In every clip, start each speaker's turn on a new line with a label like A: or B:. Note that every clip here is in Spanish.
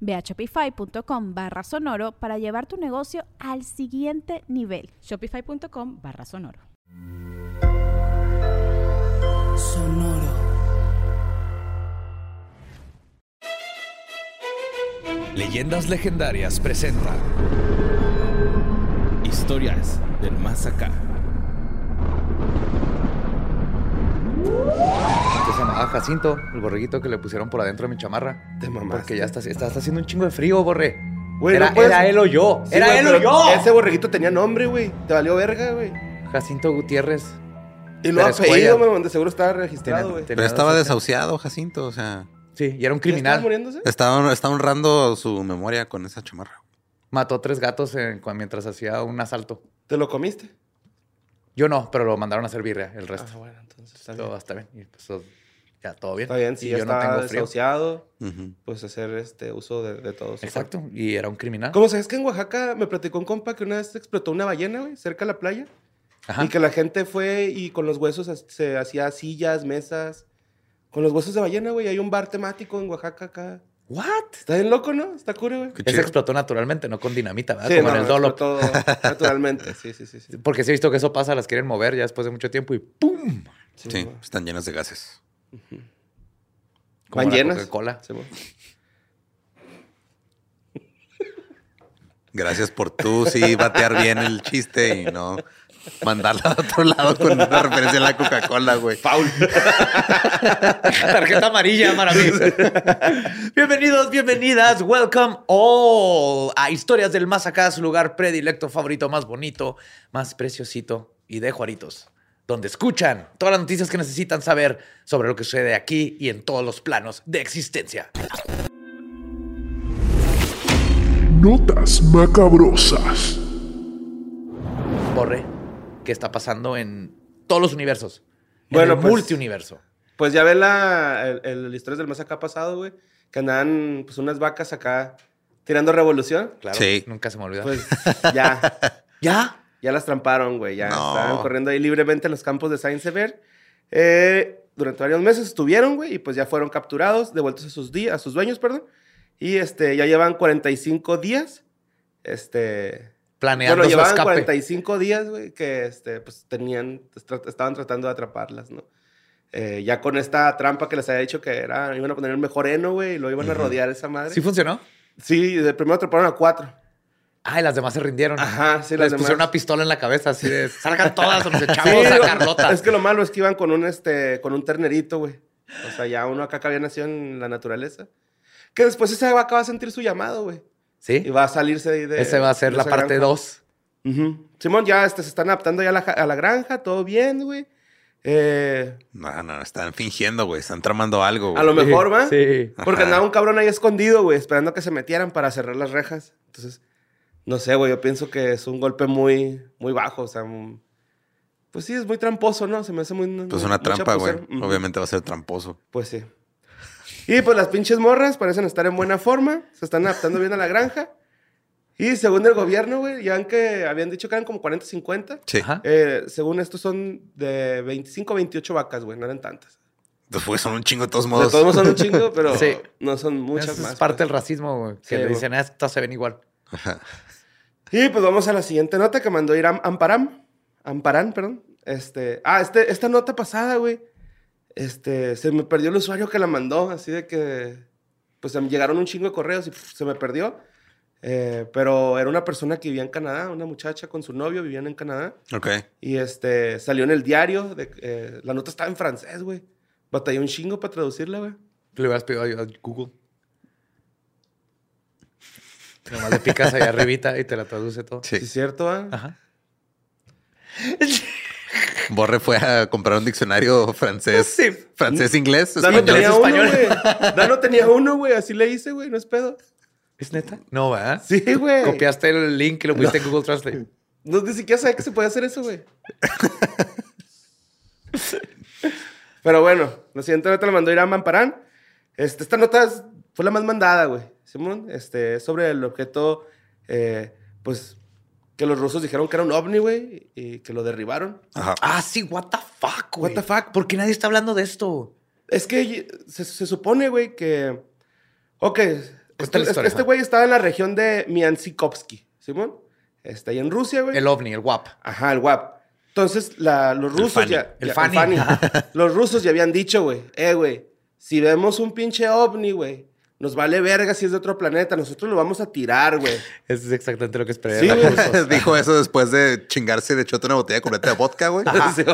A: Ve a shopify.com barra sonoro para llevar tu negocio al siguiente nivel.
B: Shopify.com barra sonoro.
C: Sonoro. Leyendas legendarias presenta Historias del más acá.
D: Se llamaba Jacinto, el borreguito que le pusieron por adentro de mi chamarra.
E: Te mamaste.
D: Porque ya está, está, está haciendo un chingo de frío, borre.
E: Güey,
D: era,
E: no puedes-
D: era él o yo.
E: Sí,
D: era
E: güey,
D: él o
E: pero
D: yo.
E: Ese borreguito tenía nombre, güey. Te valió verga, güey.
D: Jacinto Gutiérrez.
E: Y lo ha
D: Pérez Cuellar.
E: pedido, güey, donde seguro estaba registrado,
D: Tenía-
E: güey.
D: tenía
F: Pero estaba
D: dos-
F: desahuciado, Jacinto, o sea,
D: Sí, y era un
E: ¿Ya estaba
D: criminal.
E: muriéndose?
F: está, está honrando su memoria con esa chamarra.
D: Mató tres gatos en- cu- mientras hacía un asalto.
E: ¿Te lo comiste?
D: Yo no, pero lo mandaron a hacer birria, el resto.
E: Ah, bueno, entonces está
D: Pues, todo
E: bien.
D: está bien. Y pues, todo- ya todo bien.
E: Está bien, si
D: y
E: ya
D: yo no
E: está
D: tengo frío.
E: desahuciado,
F: Ujú.
E: pues hacer este uso de, de todo. su
D: Exacto, y era un criminal.
E: cuerpo. ¿Cómo sabes que en Oaxaca me platicó un compa que una vez explotó una ballena, güey, cerca de la playa?
D: Ajá.
E: Y que la gente fue y con los huesos as- se hacía sillas, mesas. Con los huesos de ballena, güey. Hay un bar temático en Oaxaca acá.
D: ¿What?
E: Está bien loco, ¿no? Está cura, güey.
F: Qué
D: Ese
F: chido.
D: explotó naturalmente, no con dinamita, ¿verdad?
E: Sí,
D: Como
E: no,
D: en el
E: no,
D: Dolop.
E: explotó naturalmente. Sí, sí, sí. sí.
D: Porque sí he visto que eso pasa, las quieren mover ya después de mucho tiempo y ¡pum!
E: Sí,
F: Sí,
E: güey.
F: están llenas de gases.
D: Como
E: Van
D: la
E: llenas.
D: Coca-Cola.
E: Sí, güey.
F: Gracias por tú sí batear bien el chiste y no mandarla a otro lado con una referencia a la Coca-Cola, güey.
E: Paul.
D: Tarjeta amarilla para mí. Bienvenidos, bienvenidas, welcome all a Historias del Más Acá, su lugar predilecto, favorito, más bonito, más preciosito y de Juaritos, donde escuchan todas las noticias que necesitan saber sobre lo que sucede aquí y en todos los planos de existencia.
G: Notas macabrosas.
D: Borre, ¿qué está pasando en todos los universos? Bueno,
E: Bueno,
D: el
E: pues-
D: multiuniverso.
E: Pues ya ve la, el, el- el historias del mes acá pasado, güey. Que andaban pues unas vacas acá tirando revolución.
D: Claro,
F: Sí.
D: nunca se me olvida.
E: Pues ya,
D: ¿Ya?
E: ya las tramparon, güey. Ya
F: No.
E: estaban corriendo ahí libremente en los campos de Saint Sever. Eh, durante varios meses estuvieron, güey, y pues ya fueron capturados, devueltos a sus, di- a sus dueños, perdón. Y este, ya llevan 45 días. Este,
D: Planeando
E: Bueno,
D: su
E: llevaban
D: escape.
E: 45 días, güey, que este, pues, tenían, tra- estaban tratando de atraparlas, ¿no? Eh, ya con esta trampa que les había dicho que era, iban a poner el mejor heno, güey, y lo iban a rodear esa madre.
D: ¿Sí
E: Sí,
D: funcionó?
E: de primero atraparon a cuatro.
D: Ah, y las demás se rindieron.
E: Ajá, sí,
D: Les
E: las
D: pusieron
E: demás.
D: una pistola en la cabeza, así de salgan todas o nos
E: Sí,
D: echamos a
E: lo-
D: Carlota.
E: Es que lo malo es que iban con un, este, con un ternerito, güey. O sea, ya uno acá que había nacido en la naturaleza. Que después esa vaca va a sentir su llamado, güey. Y
D: Sí,
E: va a salirse ahí de...
D: esa va a ser
E: de
D: la
E: esa
D: parte
E: granja.
D: 2.
E: Ujú. Simón, ya este, se están adaptando ya a la, ja- a la granja, todo bien, güey. Eh,
F: No, no, están fingiendo, güey. Están tramando algo, güey.
E: a lo mejor, ¿va?
D: Sí.
E: Porque
F: Ajá.
E: andaba un cabrón ahí escondido, güey, esperando que se metieran para cerrar las rejas. Entonces, no sé, güey, yo pienso que es un golpe muy, muy bajo, o sea, mm, pues sí, es muy tramposo, ¿no? Se me hace muy...
F: Pues
E: mucha
F: una trampa, güey.
E: pusera. Ujú.
F: Obviamente va a ser tramposo.
E: Pues sí. Y pues las pinches morras parecen estar en buena forma, se están adaptando bien a la granja. Y según el gobierno, güey, ya ven que habían dicho que eran como 40, 50.
F: Sí.
D: Ajá.
E: Eh, según esto son de 25 28 vacas, güey, no eran tantas.
F: Entonces, güey, son un chingo de todos
E: O sea,
F: modos.
E: todos no son un chingo, pero
D: Sí.
E: no son muchas
D: Esa
E: más.
D: es parte del
E: pues.
D: racismo, güey,
E: Sí,
D: que le
E: güey.
D: dicen, "Ah, estas se ven igual.
E: Y pues vamos a la siguiente nota que mandó Irán Amparam. Amparán, perdón. Este, ah, este, esta nota pasada, güey. Este, se me perdió el usuario que la mandó, así de que pues se me llegaron un chingo de correos y pf, se me perdió. Eh, pero era una persona que vivía en Canadá, una muchacha con su novio, vivían en Canadá.
F: Ok.
E: Y este, salió en el diario, de, eh, la nota estaba en francés, güey. Batallé un chingo para traducirla, güey.
D: Le hubieras pedido ayuda a Google. Nomás le picas ahí arribita y te la traduce todo.
E: Sí.
F: Sí.
E: es cierto, ah?
D: Ajá.
F: Borre fue a comprar un diccionario francés.
D: Sí.
F: Francés-inglés.
E: Dano
F: español.
E: tenía uno,
D: español.
E: güey. Dano tenía uno, güey. Así le hice, güey. No es pedo.
D: ¿Es neta? No, ¿verdad?
E: Sí, güey.
D: Copiaste el link y lo pusiste en Google Translate.
E: No, ni siquiera sabía que se podía hacer eso, güey. Pero bueno, lo siento, ahorita la mandó Irán Mamparán. Este, esta nota es- fue la más mandada, güey. Simón, este, es sobre el objeto, eh, pues, que los rusos dijeron que era un ovni, güey, y que lo derribaron.
F: Ajá.
D: Ah, sí, what the fuck, güey.
E: What the fuck?
D: ¿Por qué nadie está hablando de esto?
E: Es que ye- se, se supone, güey, que. Ok, este,
D: la historia,
E: este
D: ajá.
E: güey estaba en la región de Miansikovsky, Simón. Está ahí en Rusia, güey.
D: El ovni, el WAP.
E: Ajá, el WAP. Entonces, la- los rusos
F: Fanny.
E: ya.
D: El
E: ya-
D: Fanny.
E: los rusos ya habían dicho, güey, eh, güey, si vemos un pinche ovni, güey, nos vale verga si es de otro planeta, nosotros lo vamos a tirar, güey.
D: Eso es exactamente lo que esperé.
E: Sí,
D: de
E: güey.
D: los rusos.
F: Dijo eso después de chingarse de chota una botella completa de vodka, güey.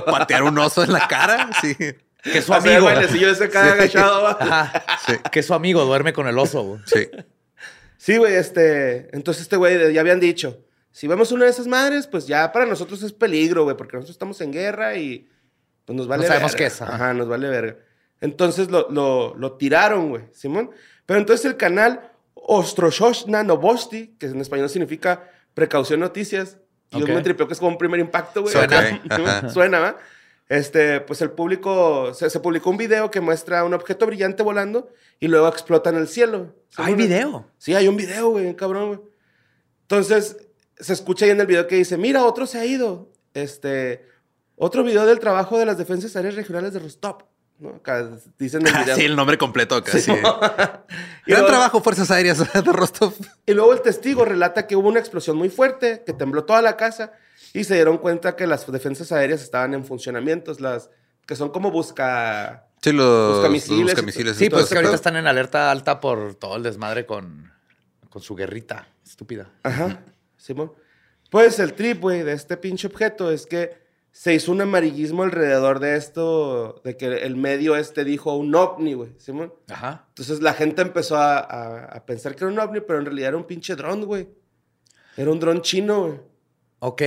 F: Patear un oso en la cara. Sí.
D: que su
E: O sea,
D: amigo.
E: güey, si yo ese cara
F: Sí.
E: agachado, va.
D: Ajá.
F: Sí.
D: Que su amigo duerme con el oso. güey.
F: Sí.
E: Sí, güey, este. Entonces, este güey, de- ya habían dicho, si vemos una de esas madres, pues ya para nosotros es peligro, güey, porque nosotros estamos en guerra y. Pues nos vale
D: No sabemos
E: verga.
D: qué es, ajá.
E: Ajá, nos vale verga. Entonces lo, lo, lo tiraron, güey, Simón. Pero entonces el canal Ostroshoshna Novosti, que en español significa precaución noticias, y
D: Ok.
E: yo me tripeó que es como un primer impacto, güey.
D: Suena.
E: Ajá.
F: Ajá.
E: Suena, ¿va? Este, pues el público, se, se publicó un video que muestra un objeto brillante volando y luego explota en el cielo.
D: Hay
E: Simón.
D: video.
E: Sí, hay un video, güey, bien cabrón, güey. Entonces, se escucha ahí en el video que dice, mira, otro se ha ido. Este, otro video del trabajo de las defensas aéreas regionales de Rostov. ¿no? Acá dicen en el video.
F: Así Ah, el nombre completo acá. Sí.
E: Y
F: Gran
E: luego-
F: trabajo, Fuerzas Aéreas de Rostov.
E: Y luego el testigo relata que hubo una explosión muy fuerte, que tembló toda la casa y se dieron cuenta que las defensas aéreas estaban en funcionamiento, las que son como busca...
F: Sí, los
E: Buscamisiles.
F: los buscamisiles y
D: Sí,
F: todo
D: pues
F: ese
D: que ahorita
F: pedo.
D: están en alerta alta por todo el desmadre con, con su guerrita estúpida.
E: Ajá, Mm. Simón. Pues el trip, güey, de este pinche objeto es que se hizo un amarillismo alrededor de esto, de que el medio este dijo un ovni, güey, Simón.
D: Ajá.
E: Entonces la gente empezó a, a- a pensar que era un ovni, pero en realidad era un pinche dron, güey. Era un dron chino, güey.
D: Ok.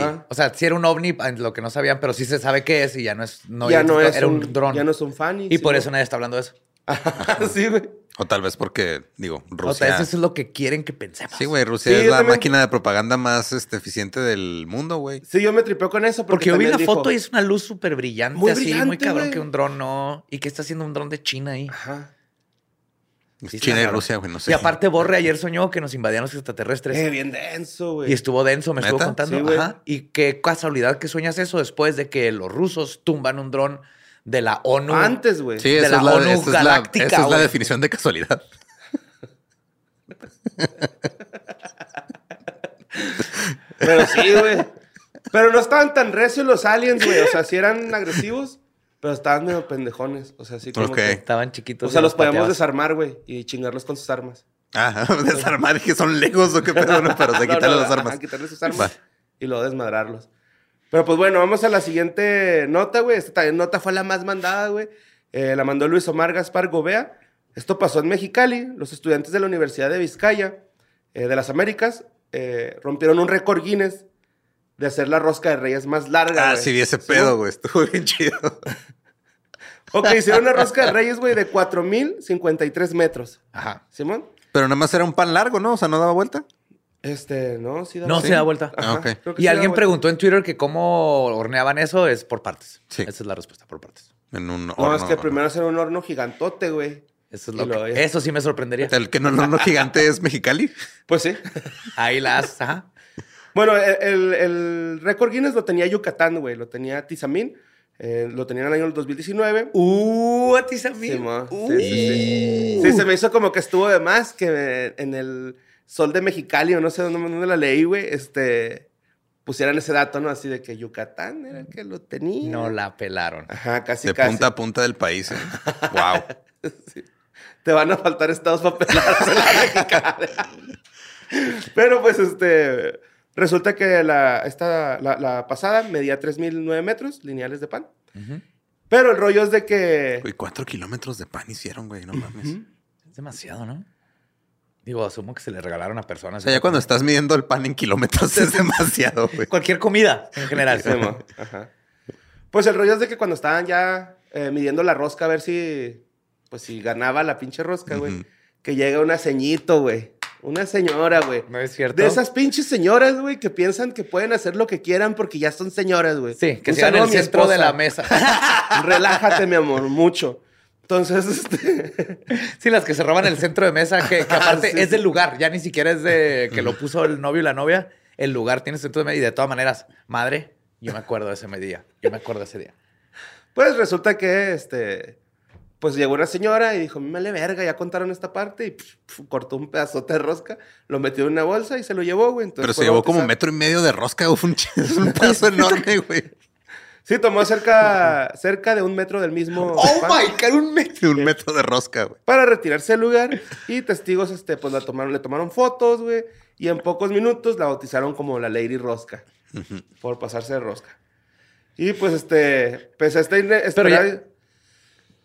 E: Ajá.
D: O sea, sí era un ovni, lo que no sabían, pero sí se sabe qué es y ya no es. No
E: ya no
D: identificado.
E: es
D: Era un, dron.
E: Ya no es un fanny.
D: y por
E: Simón.
D: eso nadie está hablando de eso.
E: Ajá, sí, güey.
F: O tal vez porque, digo,
D: O sea,
F: Rusia.
D: eso es lo que quieren que pensemos.
F: Sí, güey, Rusia
E: Sí,
F: es
E: yo
F: la
E: también-
F: máquina de propaganda más este, eficiente del mundo, güey.
E: Sí, yo me tripeo con eso.
D: Porque
E: Porque,
D: yo vi
E: también
D: la
E: dijo-
D: foto y es una luz súper brillante,
E: Muy
D: así, muy
E: brillante,
D: cabrón
E: güey.
D: que un dron no. ¿Y qué está haciendo un dron de China ahí?
F: Ah,
E: Ajá.
F: Es
D: Sí, está
F: China y
D: raro.
F: Rusia, güey, no sé.
D: Y aparte, Borre ayer soñó que nos invadían los extraterrestres.
E: Eh, bien denso, güey.
D: y estuvo denso, me estuvo
E: Sí,
F: ¿Neta?
D: contando.
E: güey.
D: Ajá. Y qué casualidad que sueñas eso después de que los rusos tumban un dron de la ONU.
E: Antes, güey.
F: Sí,
D: de
F: esa
D: la
F: es la,
D: ONU
F: esa es la-
D: galáctica,
F: esa es la
D: güey.
F: definición de casualidad.
E: Pero sí, güey. Pero no estaban tan recios los aliens, güey. O sea, sí eran agresivos, pero estaban medio pendejones. O sea, sí como
F: Ok.
E: que-
D: Estaban chiquitos.
E: O sea,
D: y
E: los podemos
D: pateabas.
E: desarmar, güey, y chingarlos con sus armas.
F: Ah, desarmar que son legos o qué pedo, no, pero se
E: Ah, No,
F: quitan
E: no,
F: las
E: ajá,
F: armas.
E: quitarle sus armas
F: Va.
E: y luego desmadrarlos. Pero pues bueno, vamos a la siguiente nota, güey. Esta también nota fue la más mandada, güey. Eh, la mandó Luis Omar Gaspar Gobea. Esto pasó en Mexicali. Los estudiantes de la Universidad de Vizcaya, eh, de las Américas, eh, rompieron un récord Guinness de hacer la rosca de reyes más larga.
F: Ah,
E: güey.
F: sí, vi ese
E: ¿Sí,
F: pedo, güey. Estuvo bien chido.
E: Ok, hicieron una rosca de reyes, güey, de 4.053 metros.
D: Ajá.
E: ¿Simón?
F: Pero nada más era un pan largo, ¿no? O sea, no daba vuelta.
E: Este, no, sí
D: No, se da vuelta.
F: Ah, ok.
E: creo
D: Y
E: que sí da
D: alguien
E: vuelta.
D: preguntó en Twitter que cómo horneaban eso es por partes.
F: Sí.
D: Esa es la respuesta, por partes.
F: En un
E: No,
F: horno.
E: es que primero hacer un horno gigantote, güey.
D: Eso, es
E: Y
D: lo
E: luego
D: que-
E: ya.
D: eso sí me sorprendería.
F: El que no no, no gigante es Mexicali.
E: Pues sí.
D: Ahí las. Ajá.
E: Bueno, el, el- el récord Guinness lo tenía Yucatán, güey. Lo tenía Tizamín. eh, lo tenía en el año 2019.
D: Uh, a ti, Samir.
E: Sí, mo,
D: Uh.
E: sí, sí, sí. Sí, se me hizo como que estuvo de más que en el Sol de Mexicali o no sé dónde, dónde la leí, güey. Este, pusieran ese dato, ¿no? Así de que Yucatán era el que lo tenía.
D: No la pelaron.
E: Ajá, casi,
F: de
E: casi.
F: punta a punta del país. ¿eh? Wow.
E: Te van a faltar estados papelados en la Mexicali. Pero pues este. Resulta que la, esta, la, la pasada medía 3.009 metros lineales de pan. Pero el rollo es de que.
F: Güey, cuatro kilómetros de pan hicieron, güey, no mames.
D: Es demasiado, ¿no? Digo, asumo que se le regalaron a
F: O
D: personas.
F: sea, ya cuando estás midiendo el pan en kilómetros es demasiado, güey.
D: Cualquier comida en general.
E: Sí, mo. Ajá. Pues el rollo es de que cuando estaban ya eh, midiendo la rosca, a ver si. Pues si ganaba la pinche rosca, güey.
F: Ujú.
E: Que llega una ceñito, güey. Una señora, güey.
D: No es cierto.
E: De esas pinches señoras, güey, que piensan que pueden hacer lo que quieran porque ya son señoras, güey.
D: Sí, que
E: Un
D: sean
E: saludo
D: el
E: a mi
D: centro de la
E: esposa.
D: mesa.
E: Relájate, mi amor, mucho. Entonces, este,
D: Sí, las que se roban el centro de mesa, que, que aparte
E: Ah, sí,
D: es
E: sí.
D: del lugar, ya ni siquiera es de que lo puso el novio y la novia. El lugar tiene centro de mesa y de todas maneras, madre, yo me acuerdo de ese día. Yo me acuerdo de ese día.
E: pues resulta que, este, pues llegó una señora y dijo, male verga, ya contaron esta parte y pf, pf, cortó un pedazote de rosca, lo metió en una bolsa y se lo llevó, güey. Entonces
F: Pero se
E: fue
F: llevó
E: bautizado.
F: como un metro y medio de rosca, güey. Fue un, ch- es un pedazo enorme, güey.
E: Sí, tomó cerca, cerca de un metro del mismo.
F: Oh
E: pan
F: God, un metro. Un metro de rosca, güey.
E: Para retirarse del lugar y testigos, este, pues la tomaron, le tomaron fotos, güey, y en pocos minutos la bautizaron como la Lady Rosca, por pasarse de rosca. Y pues este, pues esta, ine- esta-
D: Pero ya-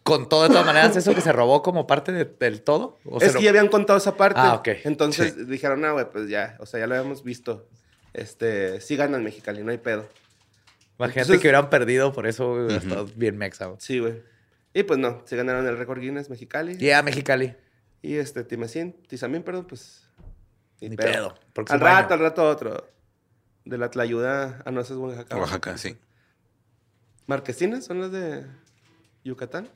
D: Con todo, de todas maneras, eso que se robó como parte de- del todo. ¿O se
E: es
D: lo-
E: que ya habían contado esa parte.
D: Ah, ok.
E: Entonces dijeron, ah, güey, pues ya, o sea, ya lo habíamos visto. Este, sí ganan Mexicali, no hay pedo.
D: Imagínate
E: entonces-
D: que hubieran perdido, por eso güey, hubiera estado bien mexa. güey.
E: Sí, güey. Y pues no, se ganaron el récord Guinness Mexicali.
D: Yeah, Mexicali.
E: Y este, Timacín, Tizamín, perdón, pues.
D: Ni pedo. Próximo
E: Al
D: año.
E: rato, al rato otro. De la Tlayuda. Ah, no, ese es Oaxaca.
F: Oaxaca, sí.
E: ¿Marquesinas son las de Yucatán?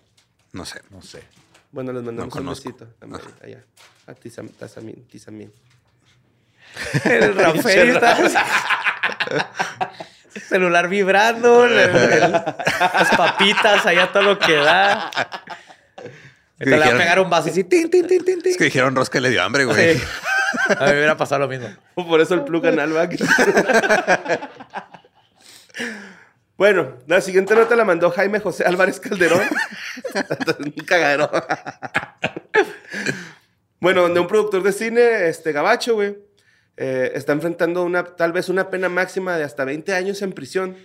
F: No sé.
D: No sé.
E: Bueno, les mandamos un
F: conozco.
E: besito. también,
F: Ajá.
E: Allá. A Tizam- Tazamín, Tizamín.
D: El Rafael está- Celular vibrando, el- el- las papitas allá todo lo que da.
F: que
D: Entonces le va a
F: dijeron-
D: pegar un vaso así, tin, tin, tin, tin, tin.
F: Es que dijeron rosca y le dio hambre, güey.
D: Sí. A mí me hubiera pasado lo mismo.
E: Por eso el plug anal va. Bueno, la siguiente nota la mandó Jaime José Álvarez Calderón. Un cagadero. bueno, donde un productor de cine, este gabacho, güey, eh, está enfrentando una, tal vez una pena máxima de hasta 20 años en prisión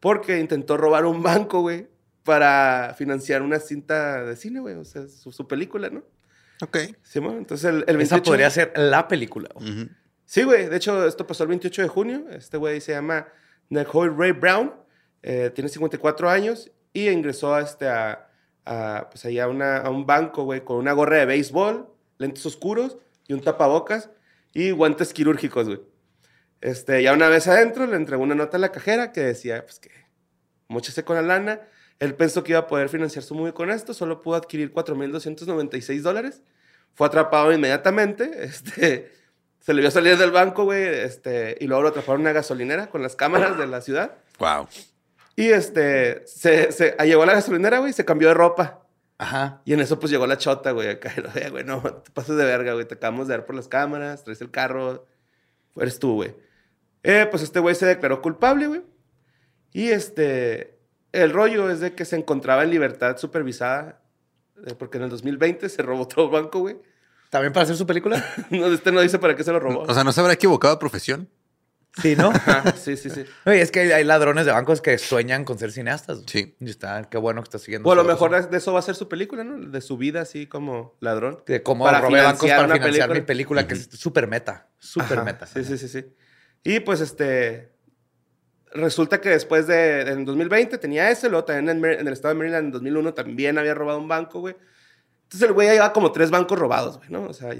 E: porque intentó robar un banco, güey, para financiar una cinta de cine, güey, o sea, su, su película, ¿no?
F: Ok.
E: Sí, mo? entonces el, el
D: Esa
E: 28
D: podría ser la película.
F: Ujú.
E: Sí, güey. De hecho, esto pasó el 28 de junio. Este güey se llama Nahoy Ray Brown. eh, tiene 54 años y ingresó a, este, a, a, pues ahí a, una- a un banco, güey, con una gorra de béisbol, lentes oscuros y un tapabocas y guantes quirúrgicos, güey. Este, ya una vez adentro le entregó una nota a la cajera que decía, pues que mochese con la lana. Él pensó que iba a poder financiar su movie con esto, solo pudo adquirir 4.296 dólares. Fue atrapado inmediatamente, este, se le vio salir del banco, güey, este, y luego lo atraparon en una gasolinera con las cámaras de la ciudad.
F: Wow.
E: Y este, se, se llegó a la gasolinera, güey, y se cambió de ropa.
D: Ajá.
E: Y en eso, pues llegó la chota, güey, acá. y lo, "Eh, Güey, no, te pasas de verga, güey, te acabamos de ver por las cámaras, traes el carro, eres tú, güey. Eh, pues este güey se declaró culpable, güey. Y este, el rollo es de que se encontraba en libertad supervisada, eh, porque en el 2020 se robó otro banco, güey.
D: ¿También para hacer su película?
E: No, este no dice para qué se lo robó.
F: O sea, ¿no se habrá equivocado de profesión?
D: Sí, ¿no?
E: Ajá, sí, sí, sí.
D: Oye, es que hay, hay ladrones de bancos que sueñan con ser cineastas. güey.
F: Sí.
D: Y está, qué bueno que está siguiendo.
E: O a lo
D: su-
E: mejor de eso va a ser su película, ¿no? De su vida así como ladrón.
D: De cómo
E: para
D: robé bancos
E: financiar
D: para
E: una
D: financiar mi
E: película.
D: película, que es súper meta. Súper
E: Ajá,
D: meta.
E: Sí, sí, sí, sí. Y pues este... Resulta que después de... En 2020 tenía ese, luego también en, Mar- en el estado de Maryland en 2001 también había robado un banco, güey. Entonces el güey ya llevaba como tres bancos robados, güey, ¿no? O sea,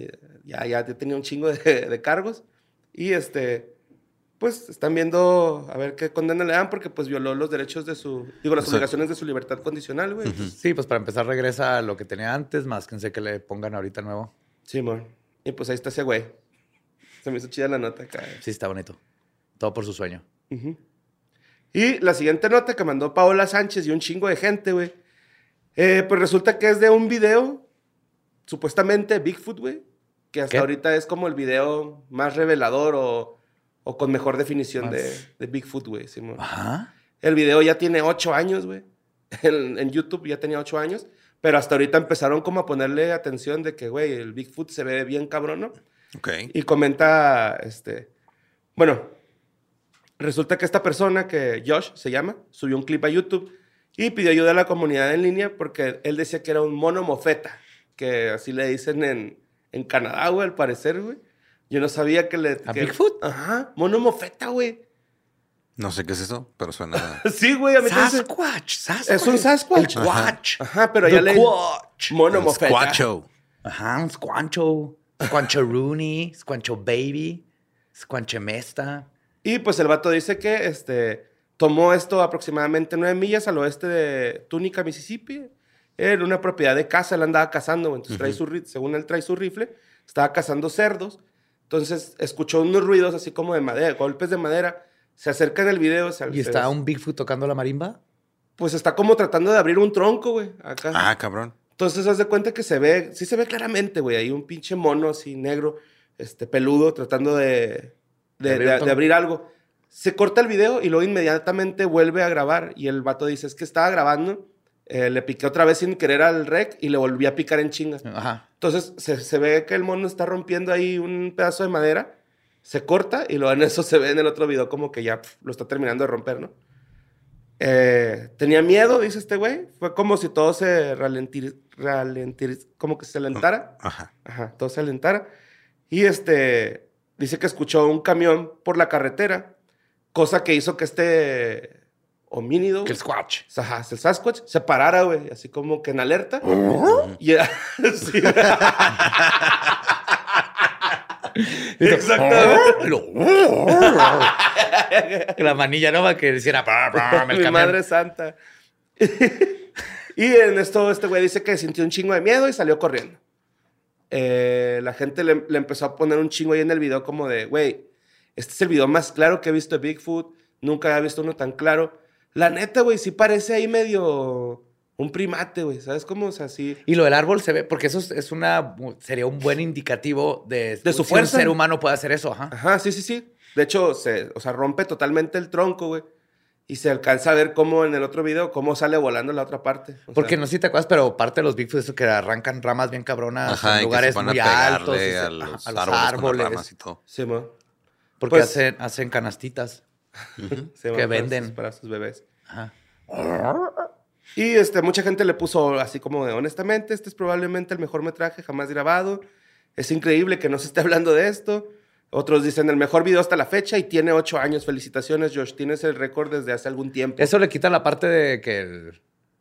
E: ya, ya tenía un chingo de, de cargos. Y este... Pues están viendo a ver qué condena le dan porque pues violó los derechos de su... Digo, las
F: O sea-
E: obligaciones de su libertad condicional, güey. Entonces,
D: Sí, pues para empezar regresa a lo que tenía antes, más que sé que le pongan ahorita nuevo.
E: Sí, mon. Y pues ahí está ese güey. Se me hizo chida la nota acá.
D: Sí, está bonito. Todo por su sueño.
E: Ujú. Y la siguiente nota que mandó Paola Sánchez y un chingo de gente, güey. Eh, pues resulta que es de un video, supuestamente Bigfoot, güey. Que hasta
D: ¿Qué?
E: ahorita es como el video más revelador o, o con mejor definición de, de Bigfoot, güey. sí, mon.
D: Ajá.
E: El video ya tiene ocho años, güey. En, en YouTube ya tenía ocho años. Pero hasta ahorita empezaron como a ponerle atención de que, güey, el Bigfoot se ve bien cabrón, ¿no?
F: Ok.
E: Y comenta, este, bueno, resulta que esta persona, que Josh se llama, subió un clip a YouTube y pidió ayuda a la comunidad en línea porque él decía que era un mono mofeta, que así le dicen en, en Canadá, güey, al parecer, güey. Yo no sabía que le...
D: ¿A
E: que-
D: Bigfoot?
E: Ajá, mono mofeta, güey.
F: No sé qué es eso, pero suena.
E: Sí, güey, a mí también se-
D: Sasquatch, Sasquatch.
E: Es un Sasquatch.
D: El Quatch.
E: Ajá, pero ya
D: The
E: le...
D: Quatch.
E: Mono
F: Un
E: mofeta.
F: Squacho.
D: Ajá, un Squancho. Squancho Rooney, Squancho Baby, Squancho Mesta.
E: Y pues el vato dice que este, tomó esto aproximadamente nueve millas al oeste de Túnica, Mississippi, en una propiedad de caza. Él andaba cazando, güey. entonces trae su ri- según él trae su rifle, estaba cazando cerdos. Entonces escuchó unos ruidos así como de madera, golpes de madera. Se acerca en el video. se-
D: ¿Y
E: se-
D: está un Bigfoot tocando la marimba?
E: Pues está como tratando de abrir un tronco, güey. Acá.
F: Ah, cabrón.
E: Entonces, haz de cuenta que se ve, sí se ve claramente, güey. Hay un pinche mono así negro, este, peludo, tratando de, de,
D: De abrir
E: de-
D: un tono.
E: de abrir algo. Se corta el video y luego inmediatamente vuelve a grabar. Y el vato dice, es que estaba grabando, eh, le piqué otra vez sin querer al rec y le volví a picar en chinga.
D: Ajá.
E: Entonces, se, se ve que el mono está rompiendo ahí un pedazo de madera, se corta y luego en eso se ve en el otro video como que ya pf, lo está terminando de romper, ¿no? Eh, tenía miedo, dice este güey. Fue como si todo se ralentir, ralentir, como que se alentara.
F: Ajá.
E: Ajá, todo se alentara. Y este, dice que escuchó un camión por la carretera, cosa que hizo que este homínido,
D: Que el Squatch.
E: Pues, ajá, el Sasquatch, se parara, güey, así como que en alerta. Y, sí. Exactamente.
D: La manilla no va que hiciera. "Bra, bra", en el
E: Mi
D: camión.
E: madre santa. y en esto, este güey dice que sintió un chingo de miedo y salió corriendo. Eh, la gente le, le empezó a poner un chingo ahí en el video como de, güey, este es el video más claro que he visto de Bigfoot. Nunca había visto uno tan claro. La neta, güey, sí parece ahí medio un primate, güey. ¿Sabes cómo? O sea, sí.
D: Y lo del árbol se ve, porque eso es, es una, sería un buen indicativo de,
E: De su
D: si
E: fuerza.
D: Un ser humano puede hacer eso, ajá.
E: Ajá, sí, sí, sí. De hecho, se, o sea, rompe totalmente el tronco, güey. Y se alcanza a ver cómo en el otro video, cómo sale volando la otra parte. O
D: Porque
E: sea,
D: no sé si te acuerdas, pero parte de los Bigfoot, eso que arrancan ramas bien cabronas en
F: Ajá, y que
D: Ah, lugares
F: se van a
D: muy
F: pegarle
D: altos. y se-
F: a,
D: ajá,
F: los árboles, con las ramas y todo.
E: Sí, mo.
D: porque
E: Pues-
D: hacen, hacen canastitas. Que
E: Se van para
D: venden.
E: sus- Para sus bebés.
D: Ajá.
E: Y este, mucha gente le puso así como de, honestamente, este es probablemente el mejor metraje jamás grabado. Es increíble que no se esté hablando de esto. Otros dicen, el mejor video hasta la fecha y tiene ocho años. Felicitaciones, Josh. Tienes el récord desde hace algún tiempo.
D: Eso le quita la parte de que el-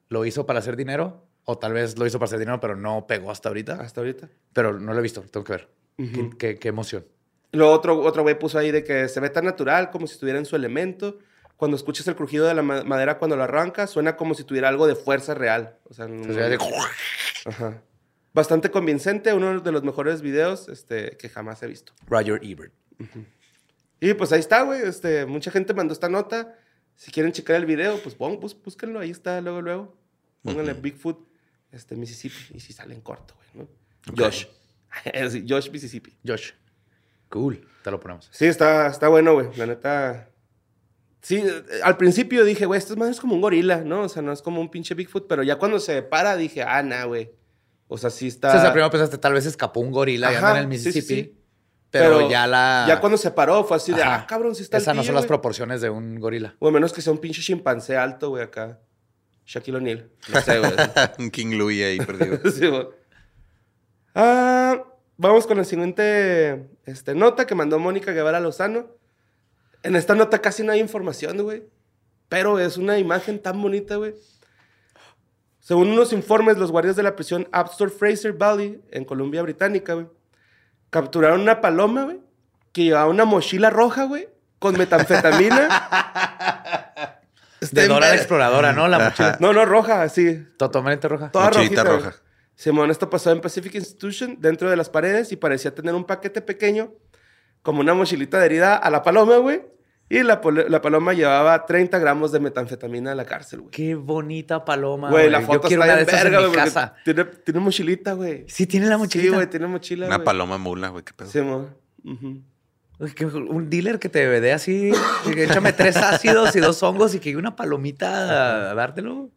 D: lo hizo para hacer dinero, o tal vez lo hizo para hacer dinero, pero no pegó hasta ahorita.
E: Hasta ahorita.
D: Pero no lo he visto, tengo que ver.
E: Ujú.
D: Qué- qué, qué emoción.
E: Lo otro, otro güey puso ahí de que se ve tan natural, como si estuviera en su elemento. Cuando escuchas el crujido de la ma- madera cuando lo arranca, suena como si tuviera algo de fuerza real. O sea, no-
D: Entonces,
E: Ajá. Bastante convincente, uno de los mejores videos este, que jamás he visto.
D: Roger Ebert.
E: Y pues ahí está, güey. Este, mucha gente mandó esta nota. Si quieren checar el video, pues, pon, pues búsquenlo. Ahí está, luego, luego. Pónganle Bigfoot, este, Mississippi. Y si sale en corto, güey, ¿no?
F: Ok.
E: Josh. Sí, Josh, Mississippi.
D: Josh. Cool. Te lo ponemos.
E: Sí, está, está bueno, güey. La neta. Sí, eh, al principio dije, güey, esto es más como un gorila, ¿no? O sea, no es como un pinche Bigfoot. Pero ya cuando se para, dije, ah, nah, güey. O sea, sí está.
D: Entonces, la primera pensaste, pues, este, tal vez escapó un gorila y anda en
E: Ajá,
D: el
E: sí, sí,
D: Mississippi.
E: sí.
D: Pero, ya la.
E: Ya cuando se paró fue así de,
D: Ajá.
E: ah, cabrón, sí está el
D: Esas no
E: tigre,
D: son las
E: güey".
D: proporciones de un gorila.
E: O a menos que sea un pinche chimpancé alto, güey, acá. Shaquille O'Neal. No sé, güey.
F: Un King Louis ahí perdido.
E: Sí, güey. Ah, vamos con la siguiente este, nota que mandó Mónica Guevara Lozano. En esta nota casi no hay información, güey. Pero es una imagen tan bonita, güey. Según unos informes, los guardias de la prisión Absor Fraser Valley, en Colombia Británica, güey, capturaron una paloma, güey, que llevaba una mochila roja, güey, con metanfetamina. Está
D: De Dora la
E: en-
D: exploradora, ¿no? La mochila.
E: No, no, roja, así.
D: Totalmente roja.
E: Toda
F: Mochilita
E: rojita,
F: roja.
E: güey. Simón, esto pasó en Pacific Institution, dentro de las paredes, y parecía tener un paquete pequeño, como una mochilita adherida a la paloma, güey. Y la, pol- la paloma llevaba 30 gramos de metanfetamina a la cárcel, güey.
D: Qué bonita paloma.
E: Güey, la foto
D: Yo quiero
E: está
D: una de
E: bien
D: esas
E: verga,
D: en
E: güey,
D: mi
E: porque
D: casa.
E: Tiene, tiene mochilita, güey.
D: Sí, tiene la
E: Sí,
D: mochilita.
E: güey, tiene mochila,
F: Una
E: güey.
F: paloma mula, güey, qué pedo.
E: Simón. Ujú.
D: Uy, qué- Un dealer que te vede así. que Échame tres ácidos y dos hongos y que una palomita a dártelo.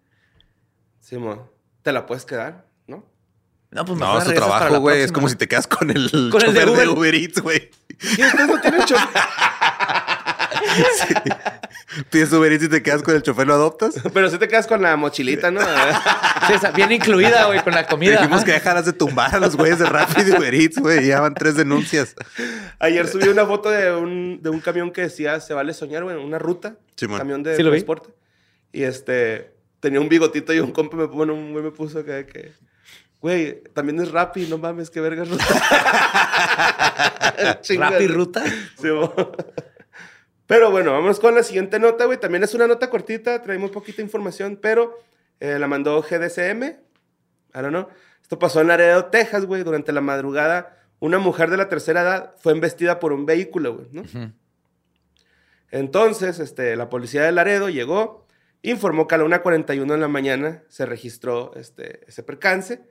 E: Simón. ¿Te la puedes quedar? ¿No?
D: No, pues
F: No, es tu trabajo, güey. Es como si te quedas con el
D: Con el de
F: chofer
D: Uber.
F: de Uber Eats, güey.
E: Y ustedes no tienen chofer.
F: Pides Uber Eats y te quedas con el chofer, lo adoptas.
E: Pero si te quedas con la mochilita, ¿no?
D: Sí, está bien incluida, güey, con la comida.
F: Dijimos
D: ajá.
F: que dejaras de tumbar a los güeyes de Rapid y Uber Eats, güey. Ya van tres denuncias.
E: Ayer subí una foto de un, de un camión que decía se vale soñar, güey, en una ruta.
F: Simón.
E: Camión de
D: Sí, lo vi.
E: transporte. Y este, tenía un bigotito y un compa me, bueno, un güey me puso acá de que, güey, también es Rappi, no mames, qué verga es ruta. Chinga.
D: Rap y ruta.
E: Sí, mo. pero bueno, vamos con la siguiente nota, güey. También es una nota cortita, traemos poquita información, pero eh, la mandó GDCM. I don't know. Esto pasó en Laredo, Texas, güey. Durante la madrugada, una mujer de la tercera edad fue embestida por un vehículo, güey, ¿no? Entonces, este, la policía de Laredo llegó, informó que a la 1.41 de la mañana se registró este, ese percance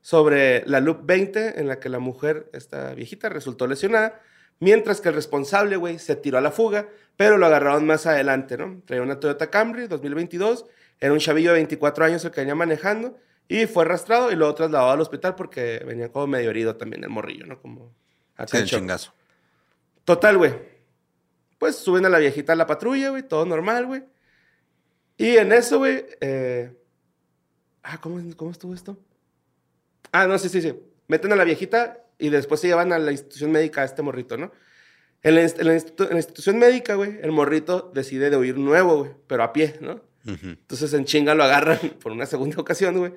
E: sobre la Loop 20 en la que la mujer, esta viejita, resultó lesionada, mientras que el responsable, güey, se tiró a la fuga, pero lo agarraron más adelante, ¿no? Traía una Toyota Camry 2022, era un chavillo de 24 años el que venía manejando y fue arrastrado y luego trasladado al hospital porque venía como medio herido también el morrillo, ¿no? Como
F: Sí,
E: acá
F: el
E: en shock.
F: chingazo.
E: Total, güey. Pues suben a la viejita a la patrulla, güey, todo normal, güey. Y en eso, güey. eh, Ah, ¿cómo, ¿cómo estuvo esto? Ah, no, sí, sí, sí. Meten a la viejita y después se llevan a la institución médica a este morrito, ¿no? En la, inst- en la institu- en la institución médica, güey, el morrito decide de huir nuevo, güey, pero a pie, ¿no?
F: Ujú.
E: Entonces en chinga lo agarran por una segunda ocasión, güey.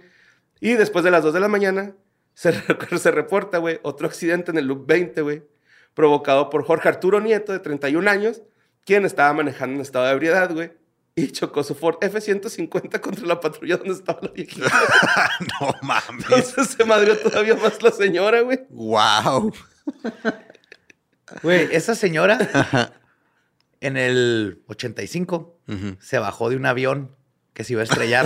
E: Y después de las 2 de la mañana se, re- se reporta, güey, otro accidente en el Loop 20, güey, provocado por Jorge Arturo Nieto, de 31 años, quien estaba manejando en estado de ebriedad, güey, y chocó su Ford F-150 contra la patrulla donde estaba la viejita.
F: No mames.
E: Entonces se madrió todavía más la señora, güey.
F: Wow.
D: Güey, esa señora en el 85
F: Ujú.
D: se bajó de un avión que se iba a estrellar.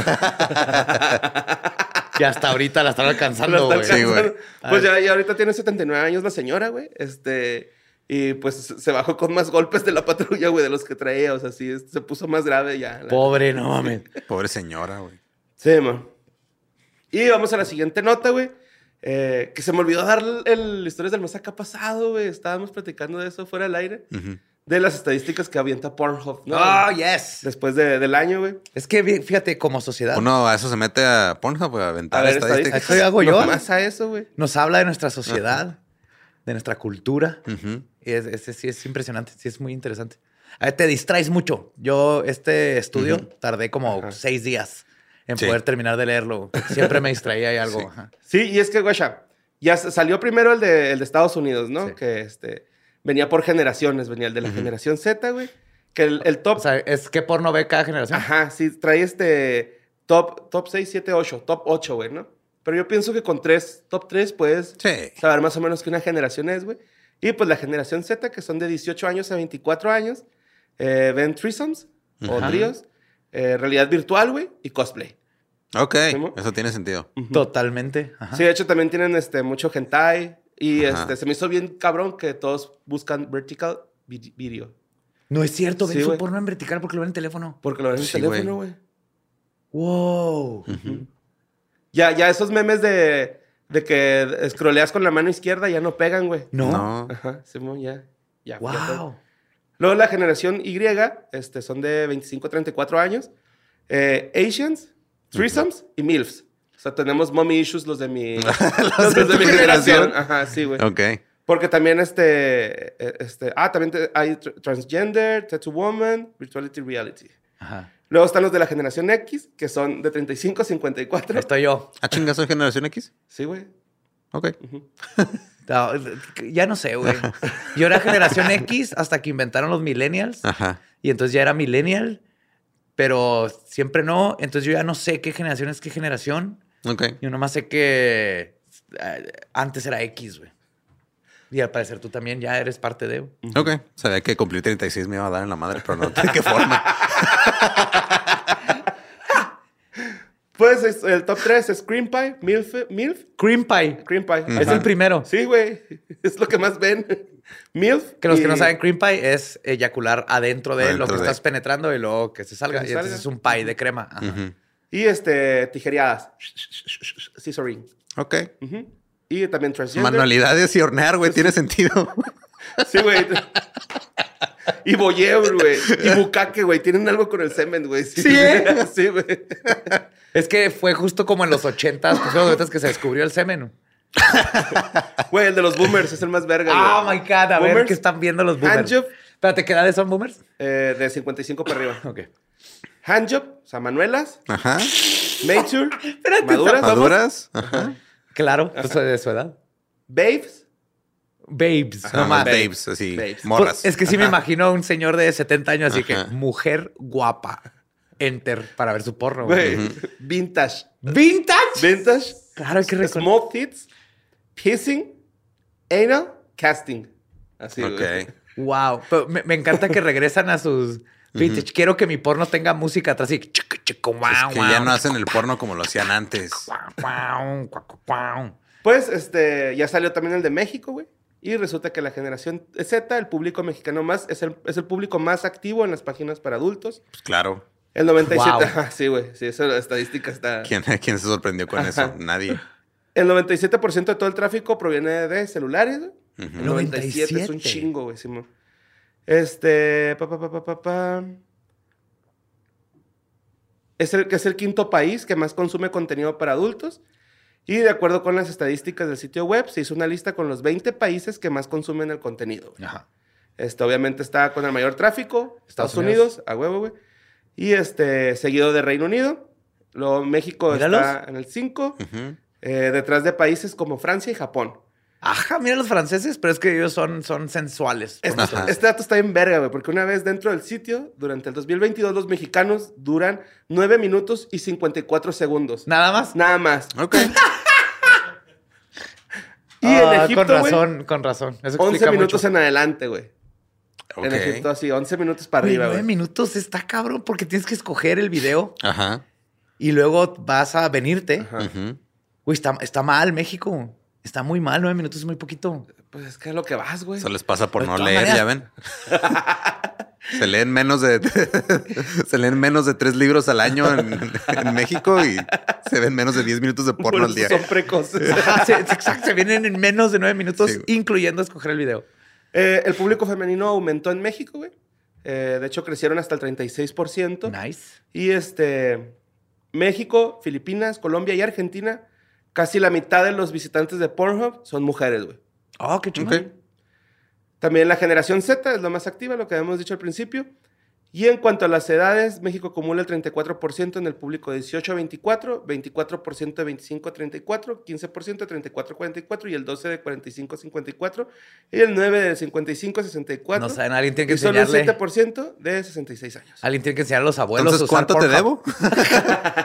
D: y hasta ahorita la están alcanzando,
E: La
D: güey.
E: está
F: Sí, güey.
E: alcanzando. Pues ya, ya ahorita tiene 79 años la señora, güey. Este, y pues se se bajó con más golpes de la patrulla, güey, de los que traía. O sea, sí, es- se puso más grave ya. la-
D: Pobre, no mames.
F: Pobre señora, güey.
E: Sí, man. Y vamos a la siguiente nota, güey. eh, que se me olvidó dar el, el historias del masaca pasado, güey. Estábamos platicando de eso fuera del aire.
F: Ujú.
E: De las estadísticas que avienta Pornhub, ¿no?
D: Oh, yes.
E: Después de- del año, güey.
D: Es que vi- fíjate, como sociedad,
F: Uno a eso se mete a Pornhub güey, a aventar
E: A ver,
F: estadísticas.
D: Ah, estadísticas. Eso hago yo.
E: Más a eso, güey.
D: nos habla de nuestra sociedad, de nuestra cultura.
F: Ujú.
D: Y es, es- sí es impresionante, sí es muy interesante. A ver, te distraes mucho. Yo este estudio tardé como seis días en
F: Sí.
D: poder terminar de leerlo. Siempre me distraía y algo.
F: Sí.
D: ajá.
E: Sí, y es que, güey, ya s- salió primero el de, el de Estados Unidos, ¿no?
D: Sí.
E: Que este, venía por generaciones, venía el de la generación Z, güey. Que el, el top.
D: O sea, es que porno ve cada generación.
E: Ajá, sí, trae este top, top 6, 7, 8, top 8, güey, ¿no? Pero yo pienso que con tres, top 3 puedes
F: Sí.
E: saber más o menos qué una generación es, güey. Y pues la generación Z, que son de 18 años a 24 años, eh, ven threesomes o
F: Ajá.
E: tríos, eh, realidad virtual, güey, y cosplay.
F: Ok.
E: ¿Cómo?
F: Eso tiene sentido.
D: Totalmente. Ajá.
E: Sí, de hecho también tienen este, mucho hentai y
F: Ajá.
E: este, se me hizo bien cabrón que todos buscan vertical vid- video.
D: No es cierto, ven
E: Sí,
D: su
E: güey.
D: porno en vertical porque lo ven en teléfono.
E: Porque lo ven en el
F: Sí, güey.
E: teléfono, güey.
D: Wow.
E: Ya, ya esos memes de, de que escroleas con la mano izquierda ya no pegan, güey.
D: No.
E: Ajá, Simón, ya. ya ya fue.
D: Wow.
E: Luego la generación Y, este, son de 25 a 34 años. Eh, Asians, Threesomes y MILFs. O sea, tenemos mommy issues los de mi, los de
F: de
E: mi
F: tu
E: generación.
F: generación.
E: Ajá, sí, güey.
F: Ok.
E: Porque también este, eh, este, ah, también te- hay tr- transgender, tattoo woman, virtuality, reality.
D: Ajá.
E: Luego están los de la generación X, que son de 35 a 54.
D: Estoy yo.
F: ¿Ah, chingas soy generación X?
E: Sí, güey.
F: Ok.
D: No, ya no sé, güey. Yo era generación X hasta que inventaron los millennials.
F: Ajá.
D: Y entonces ya era millennial, pero siempre no. Entonces yo ya no sé qué generación es qué generación.
F: Ok.
D: Yo nomás sé que eh, antes era X, güey. Y al parecer tú también ya eres parte de.
F: Ok. Sabía que cumplir 36 me iba a dar en la madre, pero no de qué forma.
E: Pues es- el top 3 es Cream Pie, MILF, MILF,
D: Cream Pie.
E: Cream Pie.
D: Es
E: Ajá.
D: el primero.
E: Sí, güey. Es lo que más ven. MILF.
D: Que los que
E: y-
D: no saben, cream pie es eyacular adentro de lo
F: Adentro
D: que
F: de.
D: estás penetrando y luego que se salga.
E: Que se
D: y entonces
E: salga.
D: es un pie de crema. Ajá.
F: Ujú.
E: Y este, tijereadas. Scissoring.
F: Ok.
E: Ujú. Y también transgender.
F: Manualidades y hornear, güey, tiene sentido.
E: Sí, güey. Y boyeur, güey. Y bucaque, güey. Tienen algo con el semen, güey.
D: ¿Sí, eh?
E: Sí, güey.
D: Es que fue justo como en los ochentas, pues en los ochentas que se descubrió el semen.
E: Güey, el de los boomers es el más verga, güey.
D: Oh my God, a ver
E: Ah, Boomers.
D: qué están viendo los boomers.
E: Handjob.
D: Espérate, ¿qué edades son boomers?
E: Eh, de 55 para arriba.
D: Ok.
E: Handjob, o sea, manuelas,
F: Ajá.
E: mature,
D: Espérate,
E: maduras,
F: Maduras. Ajá.
D: Claro, pues de su edad.
E: babes.
D: Babes.
F: Ajá,
D: no más.
F: babes, así.
E: Babes.
F: Morras.
D: Pues, es que sí me imagino a un señor de 70 años, así
F: Ajá.
D: que mujer guapa. Enter para ver su porno.
E: Güey,
D: güey.
E: vintage.
D: Vintage.
E: Vintage,
D: Claro, hay que recordar.
E: small tits, piercing, anal, casting. Así, güey.
F: Ok.
D: Wow. Pero me, me encanta que regresan a sus vintage. Quiero que mi porno tenga música atrás y chica, chica, guau,
F: Es que ya
D: guau,
F: no hacen el porno como lo hacían antes.
D: guau, guau, guau, guau.
E: Pues, este, ya salió también el de México, güey. Y resulta que la generación Z, el público mexicano más, es el, es el público más activo en las páginas para adultos.
F: Pues claro.
E: El 97,
D: Wow.
E: Ajá, ah, sí, güey, sí, esa estadística está...
F: ¿Quién, ¿Quién se sorprendió con eso? Nadie.
E: El 97% de todo el tráfico proviene de celulares, güey. El
F: Ujú.
E: 97, es un
D: 97.
E: chingo, güey, Simón. Este, pa, pa, pa, pa, pa, pa. Es el, que es el quinto país que más consume contenido para adultos. Y de acuerdo con las estadísticas del sitio web, se hizo una lista con los 20 países que más consumen el contenido. güey.
D: Ajá.
E: Este, obviamente está con el mayor tráfico, Estados,
D: Estados
E: Unidos, a huevo, güey. Y este, seguido de Reino Unido. Luego México está
D: Míralos.
E: en el 5,
F: Ujú.
E: eh, detrás de países como Francia y Japón.
D: Ajá, mira los franceses, pero es que ellos son, son sensuales.
E: Este,
F: Ajá.
E: este dato está bien verga, güey, porque una vez dentro del sitio, durante el 2022, los mexicanos duran 9 minutos y 54 segundos.
D: Nada más.
E: Nada más.
F: Ok.
E: Y en
D: Ah,
E: Egipto,
D: con
E: güey,
D: razón, con razón. Eso
E: 11
D: explica
E: minutos
D: mucho.
E: en adelante, güey. En Egipto,
F: Ok.
E: así, 11 minutos para
D: Güey,
E: arriba,
D: nueve
E: güey.
D: minutos está cabrón porque tienes que escoger el video
F: Ajá.
D: y luego vas a venirte.
E: Ajá.
F: Ujú.
D: Güey, está, está mal México. Está muy mal, nueve minutos es muy poquito.
E: Pues es que es lo que vas, güey.
F: Eso les pasa por
D: Pues, De
F: no
D: todas
F: leer,
D: maneras.
F: ya ven. Se leen menos de se leen menos de tres libros al año en, en México y se ven menos de 10 minutos de porno al día.
E: Son precoces.
D: Ajá, se, se- exacto, se vienen en menos de nueve minutos,
F: Sí, güey.
D: incluyendo escoger el video.
E: Eh, el público femenino aumentó en México, güey. Eh, de hecho, crecieron hasta el 36%.
D: Nice.
E: Y este, México, Filipinas, Colombia y Argentina, casi la mitad de los visitantes de Pornhub son mujeres, güey.
D: Oh, qué chingón.
F: Ok.
E: También la generación Z es la más activa, lo que habíamos dicho al principio. Y en cuanto a las edades, México acumula el 34% en el público de 18 a 24, 24% de 25 a 34, 15% de 34 a 44 y el 12 de 45 a 54 y el 9 de 55 a 64.
D: No saben, alguien tiene que
E: y solo el
D: enseñarle.
E: 7% de 66 años.
D: Alguien tiene que enseñar a los abuelos.
F: Entonces,
D: a usar
F: ¿cuánto te
D: Pornhub.
F: debo?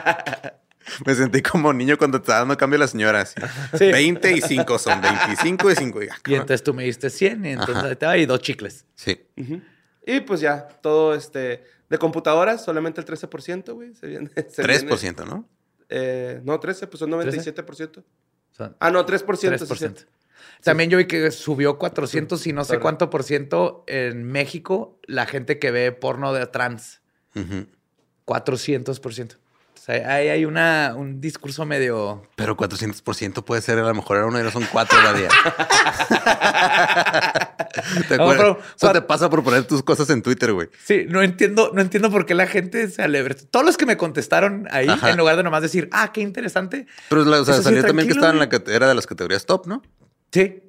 F: Me sentí como niño cuando te estaba dando cambio la señora. Así.
D: Sí.
F: 20 y 5 son 25 y 5.
D: Y entonces tú me diste 100 y entonces
F: Ajá.
D: ahí te va y dos chicles.
F: Sí.
E: Ujú. Y pues ya, todo este... De computadoras, solamente el 13%, güey. Se viene, se viene-
F: 3%, ¿no?
E: eh, no, 13, pues son 97%.
D: Son
E: Ah, no, 3%. sí,
D: 3%. También yo vi que subió 400 y no sé
E: Claro.
D: cuánto por ciento en México la gente que ve porno de trans.
F: Ujú.
D: 400 por ciento. O sea, ahí hay una, un discurso medio...
F: Pero 400% puede ser, a lo mejor era uno y ahora son cuatro la día. ¿Te
D: A lo
F: acuerdas?
D: mejor
F: Eso te
D: cuatro-
F: pasa por poner tus cosas en Twitter, güey.
D: Sí, no entiendo, no entiendo por qué la gente se alegra. Todos los que me contestaron ahí,
F: Ajá.
D: en lugar de nomás decir, ah, qué interesante.
F: Pero la- o sea,
D: Eso sí,
F: salió también que
D: tranquilo,
F: estaba en la cate- era de las categorías top, ¿no?
D: Sí.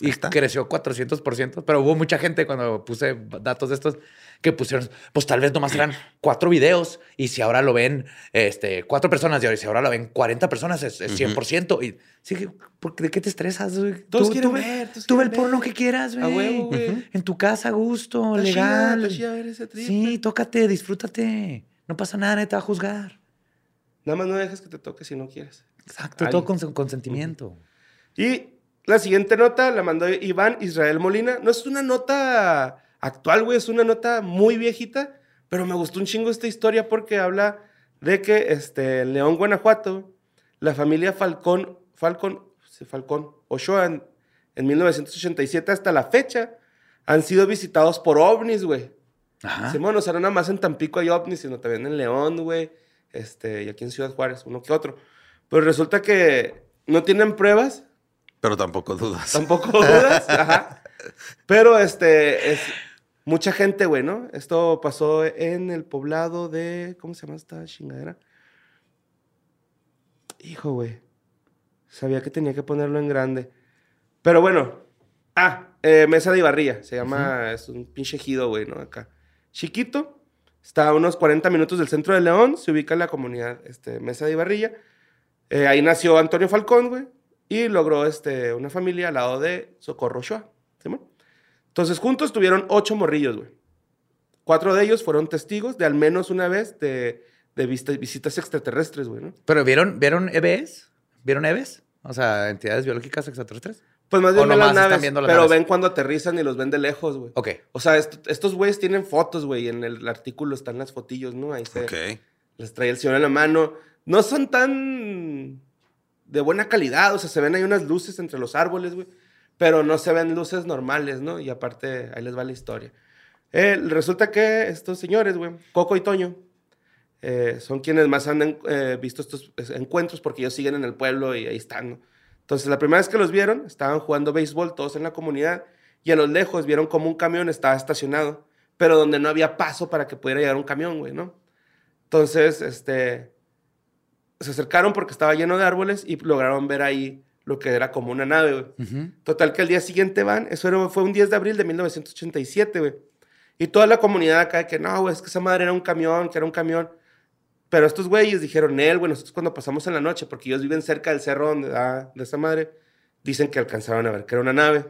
D: Y
F: Ahí está.
D: creció 400%, pero hubo mucha gente cuando puse datos de estos que pusieron, pues tal vez nomás eran cuatro videos y si ahora lo ven este, cuatro personas y si ahora lo ven 40 personas es, es 100%. Y sí, que, ¿por qué- ¿de qué te estresas? güey?
E: Todos
D: tú,
E: quieren
D: tú ve-
E: ver, todos
D: tú ve el
E: quieren
D: porno
E: ver.
D: que quieras,
E: A
D: güey.
E: huevo, güey.
D: En tu casa, a gusto,
E: Está chida,
D: legal.
E: está chida ver ese trip,
D: sí,
E: güey.
D: tócate, disfrútate. No pasa nada, nadie te va a juzgar.
E: Nada más no dejes que te toque si no quieres.
D: Exacto,
E: Ay.
D: todo con su- consentimiento.
E: Y la siguiente nota la mandó Iván Israel Molina. No es una nota actual, güey, es una nota muy viejita, pero me gustó un chingo esta historia porque habla de que este, en León, Guanajuato, la familia Falcón, Falcón, sí, Falcón, Ochoa, en, en 1987 hasta la fecha, han sido visitados por ovnis, güey.
D: Ajá.
E: Simón, o sea, no nada más en Tampico hay ovnis, sino también en León, güey. Este, y aquí en Ciudad Juárez, uno que otro. Pues resulta que No tienen pruebas,
F: Pero tampoco dudas.
E: tampoco dudas. ajá. Pero este es mucha gente, güey, ¿no? Esto pasó en el poblado de. ¿Cómo se llama esta chingadera? Hijo, güey. Sabía que tenía que ponerlo en grande. Pero bueno. Ah, eh, Mesa de Ibarría. Se llama. Es un pinche ejido, güey, ¿no? Acá. Chiquito. Está a unos 40 minutos del centro de León. Se ubica en la comunidad este, Mesa de Ibarrilla. Eh, ahí nació Antonio Falcón, güey. Y logró este, una familia al lado de Socorro Shoa. ¿Simón? Entonces, juntos tuvieron ocho morrillos, güey. Cuatro de ellos fueron testigos de al menos una vez de, de vista- visitas extraterrestres, güey, ¿no?
D: Pero ¿vieron, ¿vieron EBS? ¿Vieron EBS? O sea, entidades biológicas extraterrestres.
E: Pues más
D: O
E: bien ven las
D: nomás están
E: naves,
D: viendo las
E: pero
D: naves.
E: ven cuando aterrizan y los ven de lejos, güey.
D: Ok.
E: O sea, est- estos güeyes tienen fotos, güey, y en el artículo están las fotillos, ¿no? Ahí se
F: Ok.
E: les trae el señor en la mano. No son tan de buena calidad, o sea, se ven ahí unas luces entre los árboles, güey, pero no se ven luces normales, ¿no? Y aparte, ahí les va la historia. Eh, resulta que estos señores, güey, Coco y Toño, eh, son quienes más han en- eh, visto estos es- encuentros porque ellos siguen en el pueblo y ahí están, ¿no? Entonces, la primera vez que los vieron, estaban jugando béisbol todos en la comunidad y a los lejos vieron como un camión estaba estacionado, pero donde no había paso para que pudiera llegar un camión, güey, ¿no? Entonces, este, se acercaron porque estaba lleno de árboles y lograron ver ahí lo que era como una nave, güey. Total que al día siguiente van, eso era- fue un 10 de abril de 1987, güey. Y toda la comunidad acá de que no, güey, es que esa madre era un camión, que era un camión. Pero estos güeyes dijeron, él, güey, nosotros cuando pasamos en la noche, porque ellos viven cerca del cerro donde da de esa madre, dicen que alcanzaron a ver que era una nave.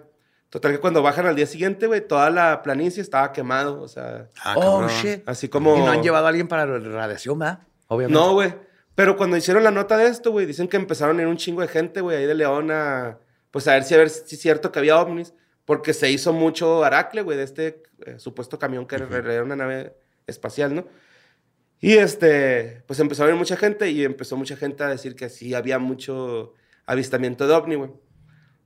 E: Total que cuando bajan al día siguiente, güey, toda la planicie estaba quemado, o sea,
F: Ah,
D: oh,
F: cabrón.
D: shit.
E: así como...
D: Y no han llevado a alguien para la radiación, ¿verdad? Obviamente.
E: No, güey. Pero cuando hicieron la nota de esto, güey, dicen que empezaron a ir un chingo de gente, güey, ahí de León a. Pues a ver si, a ver si es cierto que había ovnis. Porque se hizo mucho Aracle, güey, de este eh, supuesto camión que era- era una nave espacial, ¿no? Y este, pues empezó a venir mucha gente y empezó mucha gente a decir que sí había mucho avistamiento de ovni, güey.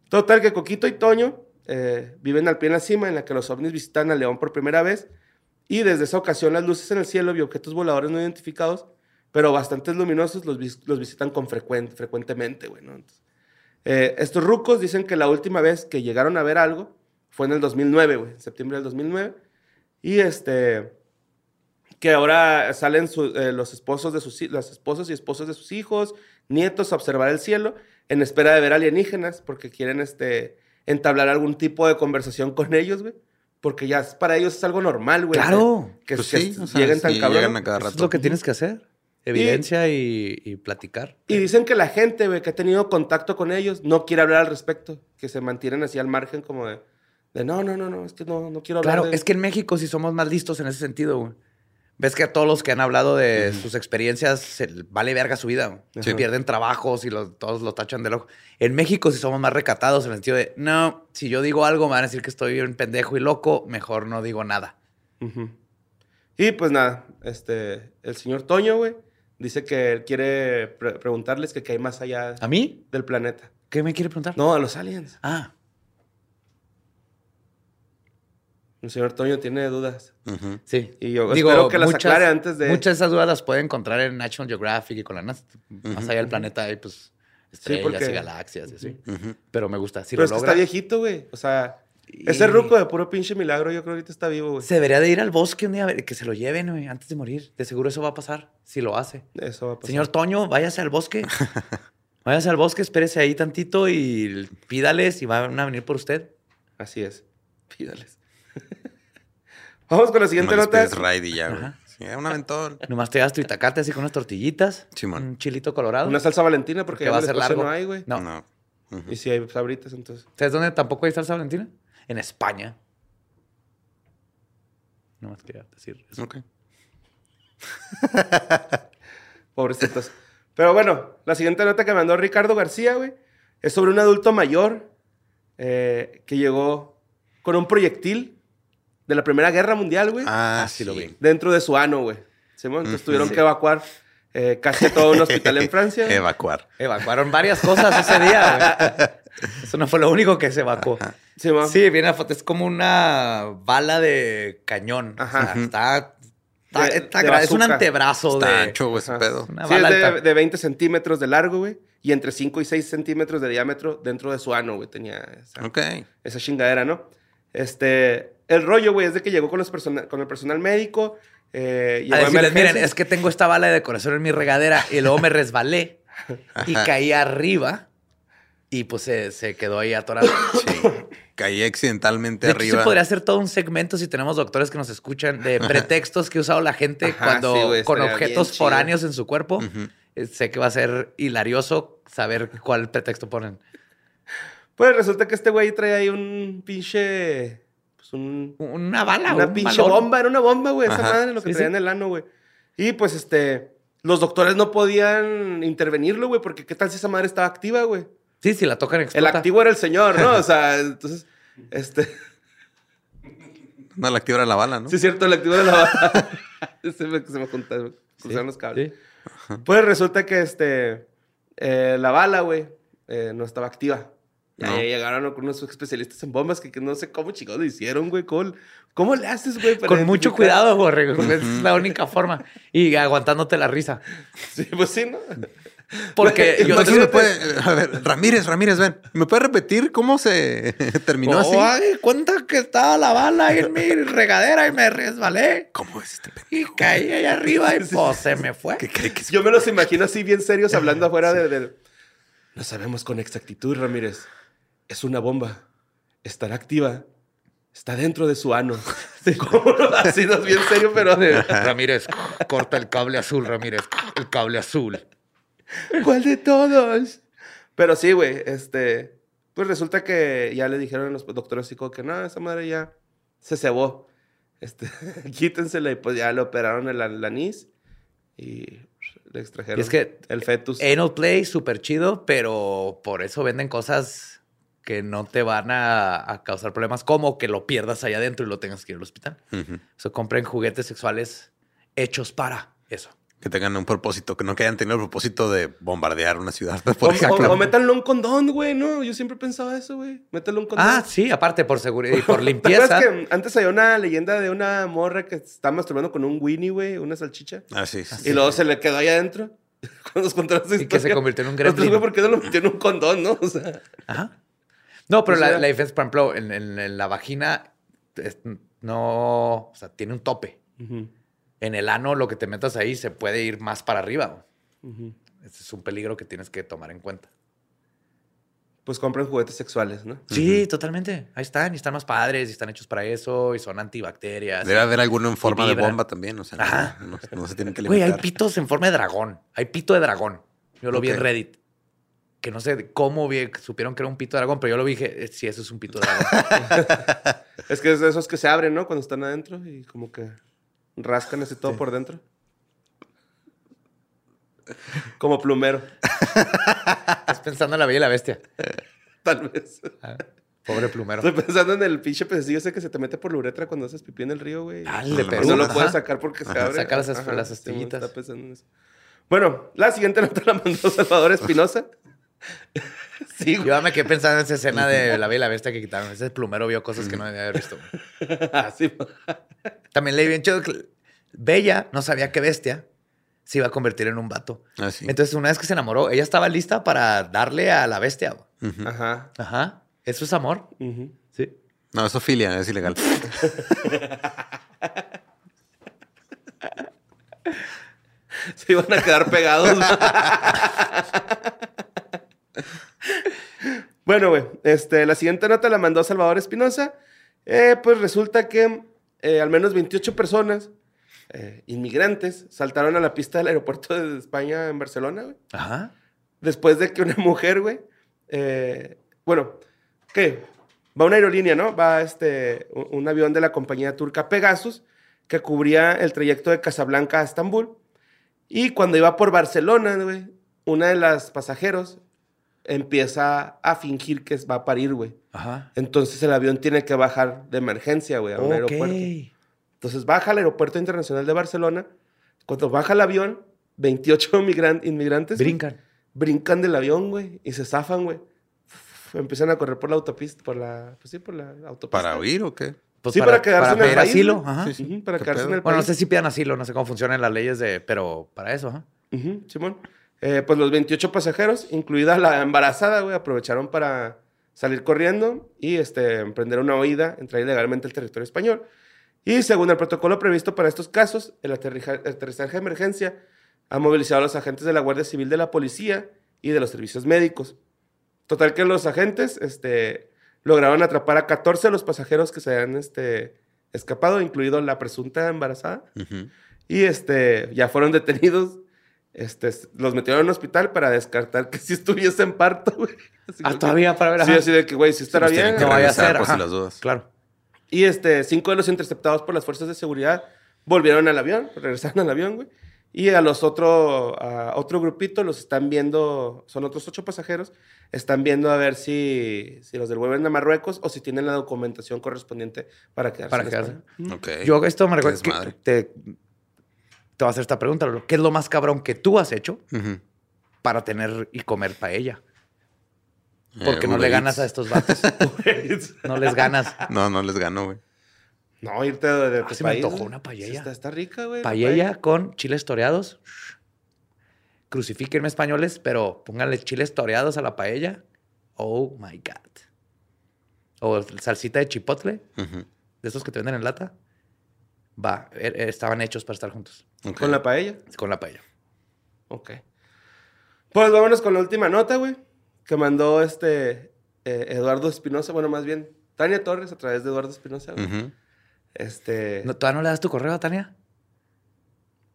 E: Total, que Coquito y Toño eh, viven al pie en la cima en la que los ovnis visitan a León por primera vez. Y desde esa ocasión, las luces en el cielo y objetos voladores no identificados, pero bastantes luminosos, los, vis- los visitan con frecuen- frecuentemente, güey, ¿no? Entonces, eh, estos rucos dicen que la última vez que llegaron a ver algo fue en el 2009, güey, en septiembre del 2009. Y este, que ahora salen su- eh, los esposos de sus, hi- las esposas y esposos de sus hijos, nietos a observar el cielo en espera de ver alienígenas porque quieren este, entablar algún tipo de conversación con ellos, güey. Porque ya es- para ellos es algo normal, güey.
D: Claro.
E: Que, que
F: Pues
E: que
F: sí, o sea,
E: lleguen tan
F: sí,
E: cabrón.
F: llegan a cada
D: Eso es
F: rato.
D: lo que tienes que hacer. Evidencia y, y platicar.
E: Y dicen que la gente, güey, que ha tenido contacto con ellos, no quiere hablar al respecto, que se mantienen así al margen como de, de no, no, no, no, es que no, no quiero hablar.
D: Claro,
E: de-
D: es que en México sí somos más listos en ese sentido, güey. Ves que a todos los que han hablado de sus experiencias se les vale verga su vida. güey.
E: Ajá.
D: Pierden trabajos y los- todos lo tachan de loco. En México sí somos más recatados en el sentido de, no, si yo digo algo me van a decir que estoy bien pendejo y loco, mejor no digo nada.
E: Ujú. Y pues nada, este, el señor Toño, güey, dice que él quiere pre- preguntarles que qué hay más allá
D: ¿A mí?
E: del planeta.
D: ¿Qué me quiere preguntar?
E: No, a los aliens.
D: Ah,
E: El señor Toño tiene dudas.
F: Ujú.
D: sí.
E: Y yo espero que las aclare antes de...
D: Muchas de esas dudas las puede encontrar en National Geographic y con la NASA. Más allá del planeta hay, pues, estrellas
E: porque-
D: y galaxias y así.
F: Ujú.
D: Pero me gusta. Si
E: Pero
D: lo
E: es que
D: logra,
E: está viejito, güey. O sea,
D: Y-
E: ese ruco de puro pinche milagro yo creo que ahorita está vivo, güey.
D: Se debería de ir al bosque un día, a ver, que se lo lleven güey, antes de morir. De seguro eso va a pasar, si lo hace.
E: Eso va a pasar.
D: Señor Toño, váyase al bosque. váyase al bosque, espérese ahí tantito y pídales y van a venir por usted.
E: Así es. Pídales. Vamos con la siguiente
F: Nomás les
E: nota.
F: pides ride y ya, güey.
D: Ajá.
F: Sí, un aventón.
D: Nomás te das tu itacate así con unas tortillitas.
F: Simón.
D: Un chilito colorado.
E: Una salsa valentina
D: que
E: porque ya
D: va a
E: en el
D: ser
E: espacio
D: largo.
E: no hay, güey.
D: No.
F: No. Ujú.
E: Y si hay sabritas, entonces.
D: ¿Sabes dónde tampoco hay salsa valentina? En España. Nomás quería decir eso.
F: Ok.
E: Pobrecitos. Pero bueno, la siguiente nota que mandó Ricardo García, güey, es sobre un adulto mayor eh, que llegó con un proyectil de la Primera Guerra Mundial, güey,
F: Ah,
D: Ah, sí lo vi.
E: dentro de su ano, güey. Simón, entonces
F: Ujú.
E: tuvieron
F: Sí.
E: que evacuar eh, casi todo un hospital en Francia. güey.
F: Evacuar.
D: Evacuaron varias cosas ese día. güey. Eso no fue lo único que se evacuó.
E: Simón.
D: Sí, viene la foto. Es como una bala de cañón. O sea,
E: Ajá.
D: está Está-
E: de-
D: está
E: de
D: gra- es un
E: bazooka.
D: antebrazo
F: Está
D: de.
F: ancho, güey, ese
E: Ajá.
F: pedo.
D: Una
E: Sí,
D: bala
E: es de,
D: alta.
E: de 20 centímetros de largo, güey. Y entre 5 y 6 centímetros de diámetro dentro de su ano, güey. Tenía esa,
F: Ok.
E: esa chingadera, ¿no? Este. El rollo, güey, es de que llegó con, los persona- con el personal médico. Eh, llegó
D: A decirles,
E: emergencias.
D: miren, es que tengo esta bala de decoración en mi regadera y luego me resbalé y
F: Ajá.
D: caí arriba y pues se, se quedó ahí atorado.
F: Sí. Caí accidentalmente
D: De hecho,
F: arriba.
D: sí podría ser todo un segmento si tenemos doctores que nos escuchan de pretextos que ha usado la gente
E: Ajá,
D: cuando
E: sí, güey,
D: con
E: estaría
D: objetos
E: bien chido. Mm.
D: foráneos en su cuerpo.
F: Ujú.
D: Eh, Sé que va a ser hilarioso saber cuál pretexto ponen.
E: Pues resulta que este güey trae ahí un pinche. Pues un.
D: Una bala,
E: Una
D: un
E: pinche
D: balón.
E: bomba, era una bomba, güey. Esa
F: Ajá.
E: madre, lo que
D: Sí,
E: traía
D: sí.
E: en el ano, güey. Y pues este. Los doctores no podían intervenirlo, güey, porque qué tal si esa madre estaba activa, güey.
D: Sí, si la tocan
E: El
D: explota.
E: activo era el señor, ¿no? O sea, entonces. Este.
F: No, la activa era la bala, ¿no?
E: Sí, es cierto, el activo era la bala. se me, se me juntaron, cruzaron los cables.
D: Sí.
E: Pues resulta que este. eh, la bala, güey, eh, no estaba activa. Y
F: No.
E: ahí llegaron con unos especialistas en bombas que, que no sé cómo chicos lo hicieron, güey. ¿Cómo, cómo le haces, güey? para
D: Con mucho
E: identificar?
D: cuidado, Borrego. Es la única forma. Y aguantándote la risa.
E: Sí, pues sí, ¿no?
D: Porque yo
F: Entonces me puede. A ver, Ramírez, Ramírez, ven. ¿Me puede repetir cómo se terminó así?
D: Oh, ay, cuenta que estaba la bala ahí en mi regadera y me resbalé.
F: ¿Cómo es este pendejo?
D: Y caí allá arriba y pues se me fue.
F: ¿Qué cree que es?
E: Yo me los imagino así bien serios hablando afuera de- del... No sabemos con exactitud, Ramírez. Es una bomba. Estará activa. Está dentro de su ano. ¿Cómo no? Así no es bien serio, pero de...
D: Ramírez, corta el cable azul, Ramírez, el cable azul.
E: ¿Cuál de todos? Pero sí, güey, este... Pues resulta que ya le dijeron a los doctores psicólogos que no, esa madre ya se cebó. Este, quítensela y pues ya le operaron el an- el anís y le extrajeron
D: Y es que eh,
E: el fetus.
D: Anal Play, súper chido, pero por eso venden cosas que no te van a, a causar problemas, como que lo pierdas allá adentro y lo tengas que ir al hospital.
F: Ujú.
D: O sea, compren juguetes sexuales hechos para eso.
F: Que tengan un propósito, que no que hayan tenido el propósito de bombardear una ciudad.
E: O,
F: Por ejemplo.
E: o, o métanlo un condón, güey, ¿no? Yo siempre pensaba eso, güey. Métalo un condón.
D: Ah, sí, aparte por seguridad y por
E: ¿Te
D: limpieza.
E: acuerdas que antes había una leyenda de una morra que se estaba masturbando con un Winnie, güey, una salchicha?
F: Ah, sí, sí,
E: y
F: sí.
E: luego se le quedó ahí adentro. Cuando nos contaron su
D: Y que se
E: historia.
D: convirtió en un
E: Nosotros,
D: gremlin.
E: güey, ¿Por qué no lo metió en un condón, no? O sea,
D: Ajá. No, pero
E: O
D: la,
E: sea-
D: la diferencia, por ejemplo, en, en- en la vagina es- no, o sea, tiene un tope. En el ano, lo que te metas ahí se puede ir más para arriba. Ese es un peligro que tienes que tomar en cuenta.
E: pues compren juguetes sexuales, ¿no?
D: Sí, totalmente. Ahí están, y están más padres, y están hechos para eso, y son antibacterias.
F: Debe haber alguno en forma de
D: vibra.
F: bomba también. O sea,
D: Ajá.
F: no, no- no se tienen que
D: Güey,
F: limitar.
D: hay pitos en forma de dragón. Hay pito de dragón. Yo lo vi en
F: Ok.
D: Reddit. Que no sé cómo vi- supieron que era un pito de dragón, pero yo lo vi y dije, eh, sí, eso es un pito de dragón.
E: Es que es de esos que se abren, ¿no? Cuando están adentro y como que rascan así todo por dentro. Como plumero,
D: Estás pensando en la bella y la bestia.
E: tal vez.
D: Pobre plumero.
E: Estoy pensando en el pinche pececillo ese que se te mete por la uretra cuando haces pipí en el río, güey.
D: Dale,
E: Pero
D: pero
E: no lo
D: Ah, ajá.
E: puedes sacar porque se abre.
D: Saca las-
E: Ajá,
D: las
E: sí,
D: astillitas.
E: está pensando en eso. Bueno, la siguiente nota la mandó Salvador Espinosa. sí,
D: Yo ya me quedé pensando en esa escena de La Bella y la Bestia que quitaron. Ese plumero vio cosas que no debía haber visto.
E: güey.
D: Ah,
E: Así,
D: También leí bien chido que Bella no sabía que Bestia se iba a convertir en un vato.
F: Ah, sí.
D: Entonces, una vez que se enamoró, ella estaba lista para darle a la bestia. güey.
F: Ujú.
E: Ajá.
D: Ajá. Eso es amor.
E: ujú.
D: Sí.
F: No, eso filia, es ilegal.
E: Se iban a quedar pegados. bueno, güey. Este, la siguiente nota la mandó Salvador Espinosa. Eh, pues resulta que eh, al menos 28 personas, eh, inmigrantes, saltaron a la pista del aeropuerto de España en Barcelona, güey.
D: Ajá.
E: después de que una mujer, güey, eh, bueno, ¿qué? Va una aerolínea, ¿no? Va este, un, un avión de la compañía turca Pegasus que cubría el trayecto de Casablanca a Estambul. Y cuando iba por Barcelona, güey, una de las pasajeros empieza a fingir que va a parir, güey.
D: Ajá.
E: Entonces el avión tiene que bajar de emergencia, güey, a un aeropuerto. Entonces baja al aeropuerto internacional de Barcelona. Cuando baja el avión, 28 migran- inmigrantes güey,
D: Brincan.
E: brincan del avión, güey, y se zafan, güey. Empiezan a correr por la autopista, por la, pues sí, por la autopista.
F: ¿Para huir o qué?
D: pues,
E: Sí, para quedarse en el
D: pedir
E: país,
D: asilo.
E: ¿no?
D: ajá.
F: Sí, sí.
E: Ujú, para
F: ¿Qué
E: quedarse
F: pedo?
E: en el
D: Bueno, no
E: país.
D: sé si pidan asilo, no sé cómo funcionan las leyes de, pero para eso, ajá.
E: Ujú, Simón. Eh, pues los 28 pasajeros, incluida la embarazada, güey, aprovecharon para salir corriendo y este, emprender una huida, entrar ilegalmente al territorio español. Y según el protocolo previsto para estos casos, el aterrija- aterrizaje de emergencia ha movilizado a los agentes de la Guardia Civil, de la Policía y de los servicios médicos. Total que los agentes este, lograron atrapar a 14 de los pasajeros que se habían este, escapado, incluido la presunta embarazada.
F: Ujú.
E: Y este, ya fueron detenidos. Este, s- los metieron en un hospital para descartar que si estuviese en parto, güey. Así
D: Ah,
E: como
D: todavía para
E: que-
D: ver,
E: Sí,
D: ajá.
E: así de que, güey, si estará
F: Pues tienen
E: bien.
F: que
D: no vaya a
F: regresar
D: ser,
F: por si
D: ajá.
F: las dudas.
D: Claro.
E: Y este, cinco de los interceptados por las fuerzas de seguridad volvieron al avión, regresaron al avión, güey. Y a los otro, a otro grupito los están viendo, son otros ocho pasajeros, están viendo a ver si, si los devuelven a Marruecos o si tienen la documentación correspondiente para quedarse.
D: Para
E: en
D: quedarse.
E: España.
F: Ok.
D: Yo esto me recuerda
F: eh, Qué
D: que
F: desmadre.
D: te, te voy a hacer esta pregunta, Lolo. ¿Qué es lo más cabrón que tú has hecho
F: Ujú.
D: para tener y comer paella?
F: Eh,
D: Porque no
F: Uber
D: le ganas
F: Eats.
D: a este- estos vatos. no les ganas.
F: No, no les gano, güey.
E: No, irte de, de
D: Ah,
E: tu
D: se me
E: país,
D: antojó
E: güey.
D: una paella.
E: Sí, Está, está rica, güey. la
D: Paella con chiles toreados. Crucifíquenme españoles, pero pónganle chiles toreados a la paella. Oh my God. O salsita de chipotle,
F: Ujú.
D: de esos que te venden en lata. Va, er- er- estaban hechos para estar juntos.
F: Ok.
E: Con la paella.
D: Con la paella.
E: Ok. Pues vámonos con la última nota, güey, que mandó este eh, Eduardo Espinosa, bueno, más bien Tania Torres a través de Eduardo Espinosa, güey.
F: Ujú.
E: Este...
D: ¿No- ¿Todavía no le das tu correo, Tania?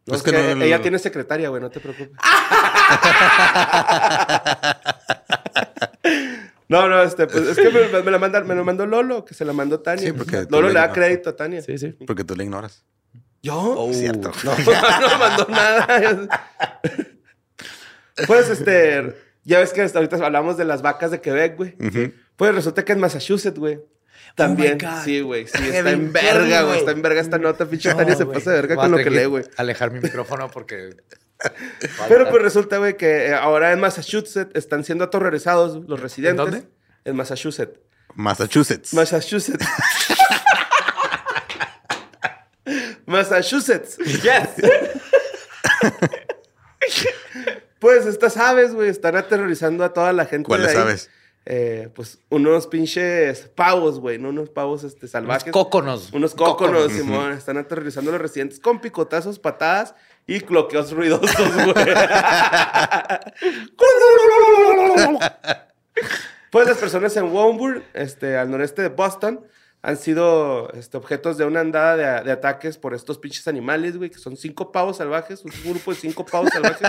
E: no,
F: Es
E: es
F: que
E: que
F: no, no,
E: ella
F: no.
E: tiene secretaria, güey, no te preocupes. no, no, este, pues es que me, me la manda- me lo mandó Lolo, que se la mandó Tania.
F: Sí, porque tú
E: Lolo
F: le-
E: le da crédito a Tania.
D: Sí, sí.
F: Porque tú la ignoras.
E: ¿Yo?
D: Oh,
F: Cierto.
E: No, no mandó nada. pues, este, ya ves que hasta ahorita hablamos de las vacas de Quebec, güey.
F: Ujú.
E: Pues resulta que en Massachusetts, güey. También.
D: Oh my God.
E: sí, güey. Sí,
D: Qué
E: está en
D: bien
E: verga,
D: verga,
E: güey. Está en verga esta nota, pinche Tania se pasa de verga con lo que lee, güey.
D: Alejar mi micrófono porque.
E: Pero pues resulta, güey, que eh, ahora en Massachusetts están siendo aterrorizados los residentes.
D: dónde?
E: En Massachusetts.
F: Massachusetts.
E: Massachusetts. Massachusetts. Pues estas aves, güey, están aterrorizando a toda la gente.
F: ¿Cuáles
E: de ahí.
F: aves?
E: Eh, pues unos pinches pavos, güey, ¿no? Unos pavos este,
D: Unos
E: salvajes.
D: cóconos.
E: Unos cóconos, Simón. Están aterrorizando a los residentes con picotazos, patadas y cloqueos ruidosos, güey. pues las personas en Woburn, este, al noreste de Boston, han sido este, objetos de una andada de, de ataques por estos pinches animales, güey, que son cinco pavos salvajes, un grupo de cinco pavos salvajes.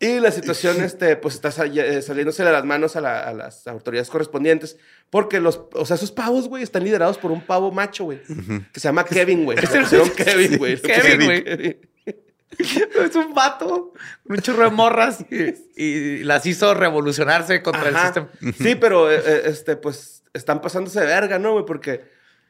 E: Y la situación, este, pues está sal- eh, saliéndose de las manos a, la- a las autoridades correspondientes. Porque los, o sea, esos pavos, güey, están liderados por un pavo macho, güey. Que se llama Kevin, güey. Le pusieron Kevin, güey.
D: Kevin, güey. es un vato, un churro de morras y, y las hizo revolucionarse contra el
E: Ajá.
D: sistema.
E: Sí, pero eh, eh, este, pues están pasándose de verga, ¿no, güey? Porque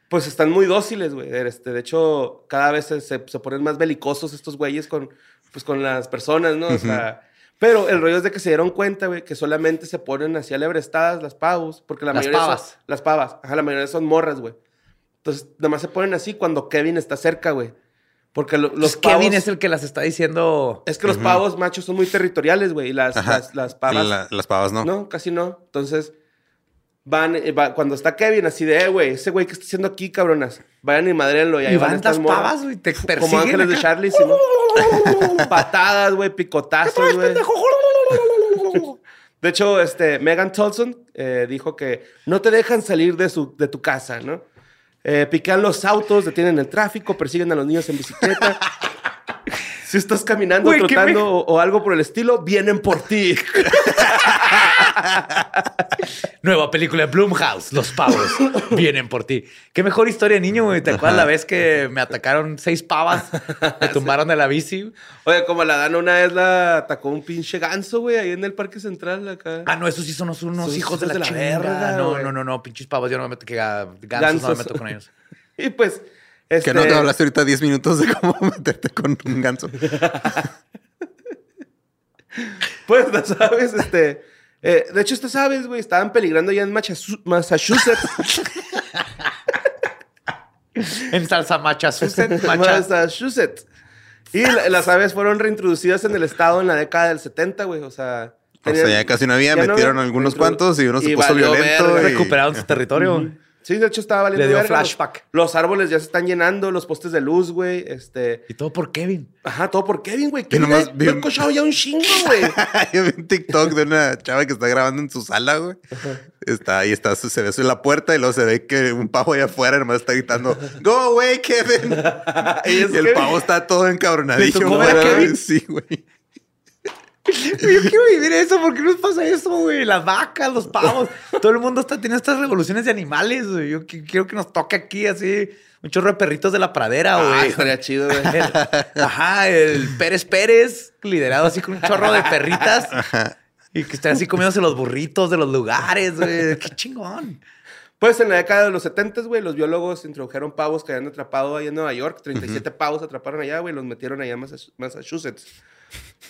E: pues están muy dóciles, güey. Este, de hecho, cada vez se, se- se ponen más belicosos estos güeyes con, pues, con las personas, ¿no? O sea, pero el rollo es de que se dieron cuenta, güey, que solamente se ponen así alebrestadas las pavos, porque la
D: Las
E: mayoría son-
D: pavas.
E: las pavas, ajá, la mayoría son morras, güey. Entonces, nada más se ponen así cuando Kevin está cerca, güey. Porque lo- los
D: Los Kevin
E: pavos-
D: es el que las está diciendo.
E: es que los pavos machos son muy territoriales, güey, y las,
F: Ajá.
E: las, las pavas
F: La- las pavas no.
E: no, casi no. Entonces, van, eh, va- cuando está Kevin, así de, eh, güey, ese güey que está haciendo aquí, cabronas, vayan y madrenlo. Y ahí
D: Y van
E: estas
D: las
E: morras,
D: pavas, güey, te persiguen.
E: Como ángeles de
D: acá.
E: Charlie, sí, ¿no? Patadas, güey, picotazos, güey. De hecho, este, Megan Tolson eh, dijo que no te dejan salir de, su, de tu casa, ¿no? Eh, piquean los autos, detienen el tráfico, persiguen a los niños en bicicleta. Si estás caminando,
D: Güey, qué
E: trotando
D: me-
E: o, o algo por el estilo, vienen por ti.
D: Nueva película de Blumhouse, Los pavos vienen por ti. Qué mejor historia, niño, güey. ¿Te acuerdas la vez que me atacaron seis pavas? Me tumbaron de la bici.
E: Oye, como la Dana una vez la atacó un pinche ganso, güey, ahí en el Parque Central, acá.
D: Ah, no, esos sí son unos, unos
E: Son
D: hijos de la,
E: hijos de la
D: chingada.
E: verga,
D: No,
E: güey.
D: no, no, no, pinches pavos. Yo no me meto, que ah, gansos, no me
E: Gansos.
D: meto con ellos.
E: Y pues, este...
F: Que no te hablaste ahorita 10 minutos de cómo meterte con un ganso.
E: Pues, las aves, este... eh, de hecho, estas aves, güey, estaban peligrando ya en Machasu- Massachusetts.
D: en salsa Massachusetts. macha-
E: Massachusetts. Y la- las aves fueron reintroducidas en el estado en la década del 70, güey. O sea,
F: O sea, ya casi no había,
E: ya no
F: metieron
E: había-
F: algunos
E: introdu-
F: cuantos y uno se
E: y
F: puso
E: valió
F: violento.
E: verga.
F: y-
D: Recuperaron su territorio.
E: Sí, de hecho estaba valiendo.
D: Le dio
E: verga. Los-
D: flashback.
E: Los, árboles ya se están llenando, los postes de luz, güey. Este.
D: Y todo por Kevin.
E: Ajá, todo por Kevin, güey. Kevin
F: nomás
E: ha-
F: vi-
E: lo he cochado ya un chingo, güey.
F: Yo vi un TikTok de una chava que está grabando en su sala, güey. Está ahí, está, se ve en la puerta y luego se ve que un pavo allá afuera nomás está gritando, ¡Go away, Kevin! y
E: es
F: el
E: Kevin.
F: pavo está todo
D: ¿Le
F: encabronadillo.
D: tocó ver a
F: güey.
D: Kevin?
F: Sí, güey.
D: Yo quiero vivir eso. ¿Por qué nos pasa eso, güey? Las vacas, los pavos. Todo el mundo está teniendo estas revoluciones de animales, güey. Yo qui- quiero que nos toque aquí así un chorro de perritos de la pradera, Ah, güey.
F: Ah,
E: Ay, estaría chido,
D: El-
E: güey.
D: ajá, el Pérez Pérez, liderado así con un chorro de perritas. Y que estén así comiéndose los burritos de los lugares, güey. Qué chingón.
E: Pues en la década de los 70, güey, los biólogos introdujeron pavos que habían atrapado ahí en Nueva York. 37 pavos atraparon allá, güey, los metieron allá en Massa- Massachusetts.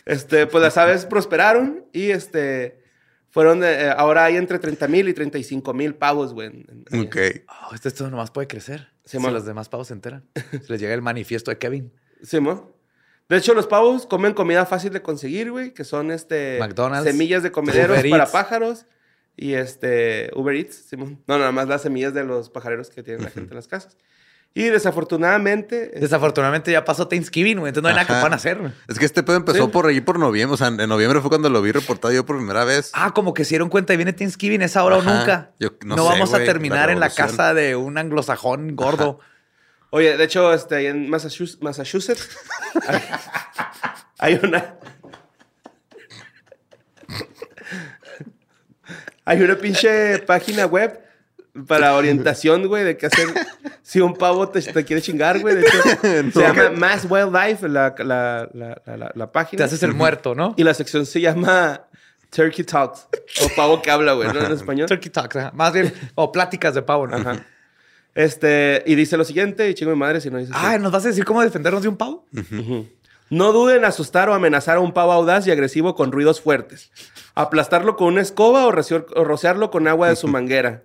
E: Este, pues las aves prosperaron y este fueron eh, ahora hay entre 30 mil y 35 mil pavos, güey. en- en-
F: Ok.
D: Oh, este esto nomás puede crecer.
E: Sí,
D: si
E: mon.
D: los demás pavos se enteran. Se les llega el manifiesto de Kevin.
E: Sí, mo. De hecho, los pavos comen comida fácil de conseguir, güey, que son este
D: McDonald's,
E: semillas de comederos
D: Uber
E: para
D: Eats.
E: pájaros y este Uber Eats, Simón. No, nada más las semillas de los pajareros que tiene la gente en las casas. Y desafortunadamente, este,
D: Desafortunadamente ya pasó Thanksgiving, güey. Entonces no hay nada que
F: Ajá.
D: puedan hacer.
F: Es que este pedo empezó
E: Sí.
F: por allí por noviembre. O sea, en noviembre fue cuando lo vi reportado yo por primera vez.
D: Ah, como que se dieron cuenta y viene Thanksgiving, es ahora o
F: Ajá.
D: nunca.
F: Yo
D: no
F: no sé,
D: vamos a
F: güey,
D: terminar
F: la
D: en la
F: revolución.
D: casa de un anglosajón gordo.
E: Oye, de hecho, este, ahí en Massachusetts, Massachusetts hay, hay una. Hay una pinche página web para orientación, güey, de qué hacer si un pavo te, te quiere chingar, güey. De hecho, se llama Mass Wildlife, la, la, la, la, la- la página.
D: Te haces el muerto, ¿no?
E: Y la sección se llama Turkey Talks, o pavo que habla, güey, ¿no? En español.
D: Turkey Talks, ajá. más bien, o pláticas de pavo, ¿no?
E: Ajá. Este, y dice lo siguiente, y chingo mi madre si no dice así.
D: Ah, ¿nos vas a decir cómo defendernos de un pavo?
E: No duden en asustar o amenazar a un pavo audaz y agresivo con ruidos fuertes. Aplastarlo con una escoba o, recio- o rociarlo con agua de su manguera.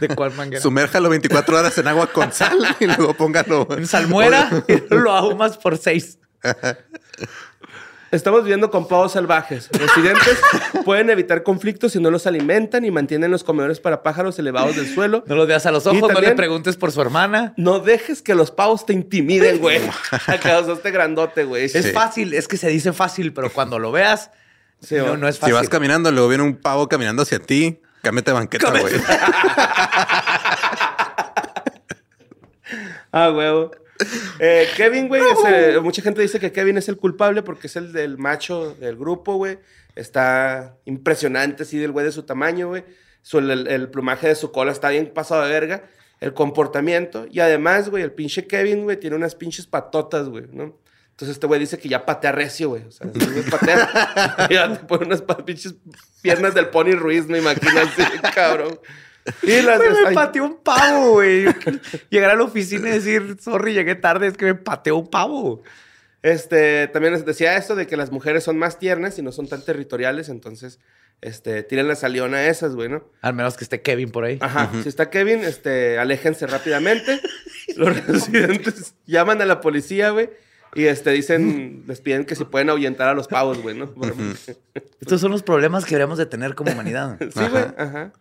D: ¿De cuál manguera?
F: Sumérjalo 24 horas en agua con sal y luego póngalo
D: En salmuera y lo ahumas por seis.
E: Estamos viviendo con pavos salvajes. Residentes pueden evitar conflictos si no los alimentan y mantienen los comedores para pájaros elevados del suelo.
D: No los veas a los ojos,
E: Y
D: no le
E: también-
D: preguntes por su hermana.
E: No dejes que los pavos te intimiden, güey. Acá o sea, este grandote, güey.
D: Es fácil, es que se dice fácil, pero cuando lo veas,
E: Sí,
D: no,
E: va.
D: no es
F: Si
D: fácil.
F: vas caminando, luego viene un pavo caminando hacia ti, cámete banqueta, güey. Pues
E: Ah, huevo. Eh, Kevin, güey, es, eh, mucha gente dice que Kevin es el culpable porque es el del macho del grupo, güey. Está impresionante, así, del güey de su tamaño, güey. Su- el, el plumaje de su cola está bien pasado de verga. El comportamiento. Y además, güey, el pinche Kevin, güey, tiene unas pinches patotas, güey, ¿no? Entonces este güey dice que ya patea recio, güey. O sea, este güey patea. y ya te pone unas pa- pinches piernas del Pony Ruiz, me imagino, así, cabrón. Y las...
D: Güey, me
E: ay,
D: pateó un pavo, güey. Llegar a la oficina y decir, sorry, llegué tarde, es que me pateó un pavo.
E: Este, también les decía esto de que las mujeres son más tiernas y no son tan territoriales, entonces, este, tiren la salión a esas, güey, ¿no?
D: Al menos que esté Kevin por ahí.
E: Ajá. Si está Kevin, este, aléjense rápidamente. Los residentes llaman a la policía, güey, y este, dicen, les piden que si pueden ahuyentar a los pavos, güey, ¿no?
D: Estos son los problemas que deberíamos de tener como humanidad.
E: Sí, güey, ajá.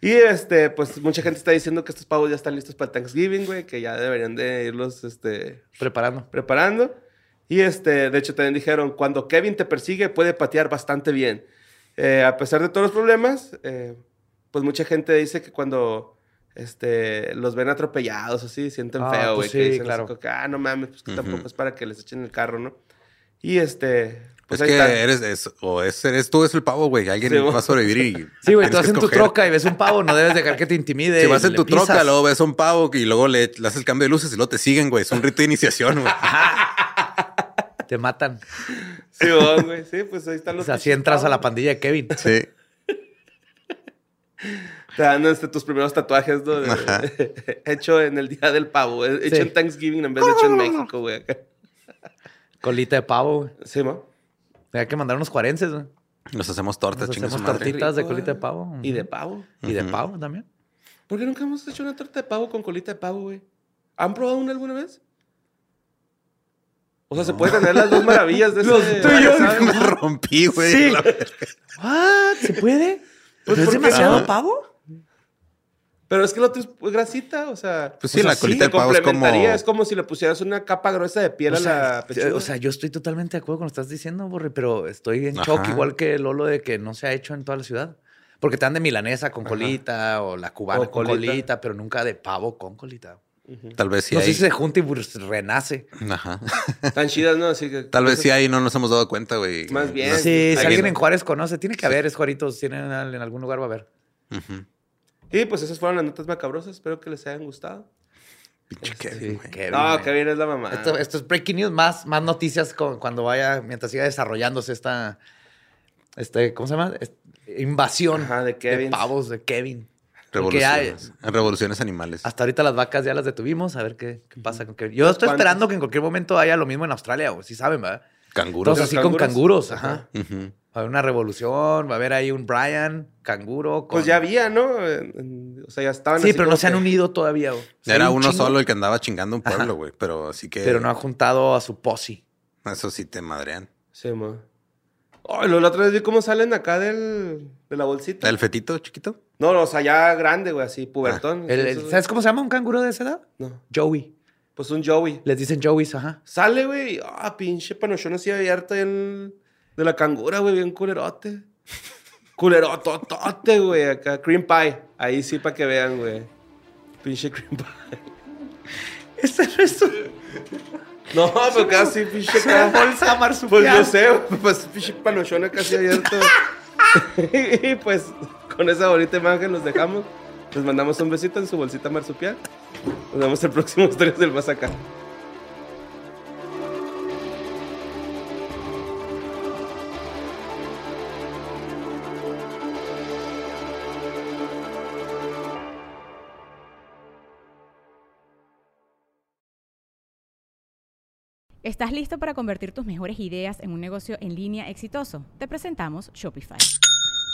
E: Y este, pues mucha gente está diciendo que estos pavos ya están listos para Thanksgiving, güey, que ya deberían de irlos, este,
D: Preparando.
E: preparando. Y este, de hecho, también dijeron: cuando Kevin te persigue, puede patear bastante bien. Eh, a pesar de todos los problemas, eh, pues mucha gente dice que cuando este, los ven atropellados, así sienten
D: Ah,
E: feo, güey.
D: pues sí,
E: que dicen así
D: claro.
E: como que, ah, no mames, pues que
F: Ujú.
E: tampoco es para que les echen el carro, ¿no? Y este, pues
F: es
E: ahí
F: que
E: está.
F: eres, es- o es, eres tú, es el pavo, güey. Alguien
E: Sí,
F: va
E: güey.
F: a sobrevivir y.
D: Sí, güey, tú
F: tienes que
D: vas en tu
F: escoger.
D: troca y ves un pavo, no debes dejar que te intimide.
F: Si vas en
D: le
F: tu
D: pisas.
F: troca, luego ves a un pavo y luego le, le haces el cambio de luces y luego te siguen, güey. Es un rito de iniciación, güey.
D: Te matan.
E: Sí, vos, güey, sí, pues ahí están
D: O
E: los.
D: sea, así entras a la
E: pantalla.
D: pandilla de Kevin.
F: Sí.
E: Te dan este, tus primeros tatuajes, ¿no? De-
F: Ajá.
E: hecho en el día del pavo, eh, hecho
D: Sí.
E: en Thanksgiving en vez de hecho en México, güey. acá.
D: Colita de pavo, güey.
E: Sí, ¿no?
D: Hay que mandar unos cuarenses, güey.
F: Nos hacemos
D: Nos
F: tortas, chingas
D: hacemos
F: madre.
D: tortitas de
E: Rico,
D: colita
E: eh.
D: de pavo.
E: Y de pavo.
D: Y de
F: Ujú.
D: pavo también.
E: ¿Por qué nunca hemos hecho una torta de pavo con colita de pavo, güey? ¿Han probado una alguna vez? O sea, se puede tener las dos maravillas de
D: Los
E: este-
D: tuyos.
E: ¿sabes?
F: Me rompí, güey.
D: Sí.
F: La verga.
D: ¿What? ¿Se puede?
E: Pues,
D: ¿Es
E: ¿por qué
D: demasiado
E: no?
D: pavo?
E: Pero es que el otro es pues, grasita, o sea.
F: Pues
E: o
F: sí,
E: sea,
F: la colita
E: se
F: del pavo es como-
E: complementaría, Es como si le pusieras una capa gruesa de piel
D: O
E: a
D: sea,
E: la pechuga.
D: o sea, yo estoy totalmente de acuerdo con lo que estás diciendo, Borre, pero estoy en
F: Ajá.
D: shock, igual que Lolo, de que no se ha hecho en toda la ciudad. Porque te dan de milanesa con
E: Ajá.
D: colita o la cubana
E: O
D: con colita.
E: colita.
D: pero nunca de pavo con colita.
F: Tal vez sí
D: no sé
F: hay.
D: si se junta y burs- renace.
F: Ajá.
E: Tan chidas, ¿no? Así que.
F: Tal vez sí hay, no nos hemos dado cuenta, güey.
E: Más bien.
F: No-
E: Sí,
D: Sí, si
F: alguien-
D: alguien en Juárez conoce, tiene que haber, es Juaritos, tienen al- en algún lugar va a haber.
F: Ujú.
E: Y pues esas fueron las notas macabrosas. Espero que les hayan gustado.
F: Pinche
D: Sí,
F: Kevin, güey.
D: Kevin,
E: No,
D: eh.
E: que bien es la mamá.
D: Esto, esto es breaking news, más, más noticias con- cuando vaya, mientras siga desarrollándose esta, este, ¿cómo se llama? Es- invasión
E: Ajá, de Kevins.
D: pavos de Kevin. Porque ya-
F: Revoluciones. Revoluciones animales.
D: hasta ahorita las vacas ya las detuvimos, a ver qué, qué pasa con Kevin. Yo estoy
E: ¿Cuántos?
D: esperando que en cualquier momento haya lo mismo en Australia, si saben, ¿verdad?
F: Canguros.
D: Todos así con
E: canguros?
D: canguros, ajá.
F: Ujú.
D: Va a haber una revolución, va a haber ahí un Brian, canguro. con-
E: Pues ya había, ¿no? En- en- O sea, ya estaban.
D: Sí,
E: así
D: pero
E: como
D: no se han
E: que-
D: unido todavía. güey. O sea,
F: Era
D: hay un
F: uno
D: chingo,
F: solo el que andaba chingando un pueblo, güey. Pero así que.
D: Pero no ha juntado a su posi.
F: Eso sí te madrean.
E: Sí, ma. Ay, lo- la otra vez vi cómo salen acá del, Ah, de la bolsita.
F: ¿El fetito chiquito?
E: No, no, o sea, ya grande, güey, así, pubertón. Sí, eso-
D: ¿Sabes cómo se llama un canguro de esa edad?
E: No,
D: Joey.
E: pues un Joey.
D: Les dicen Joey's, ajá.
E: Sale, güey, y, ah, pinche panochón así abierto el, de la cangura, güey, bien culerote. Culerototote, güey, acá. Cream pie. Ahí sí, para que vean, güey. Pinche cream pie.
D: Este no es un-
E: No, pero casi, pinche
D: una
E: acá.
D: bolsa
E: Pues yo
D: marsupial.
E: sé, pues pinche panochona casi abierto. y pues con esa bonita imagen los dejamos. Les mandamos un besito en su bolsita marsupial. Nos vemos el próximo Historias del Más Acá.
B: ¿Estás listo para convertir tus mejores ideas en un negocio en línea exitoso? Te presentamos Shopify.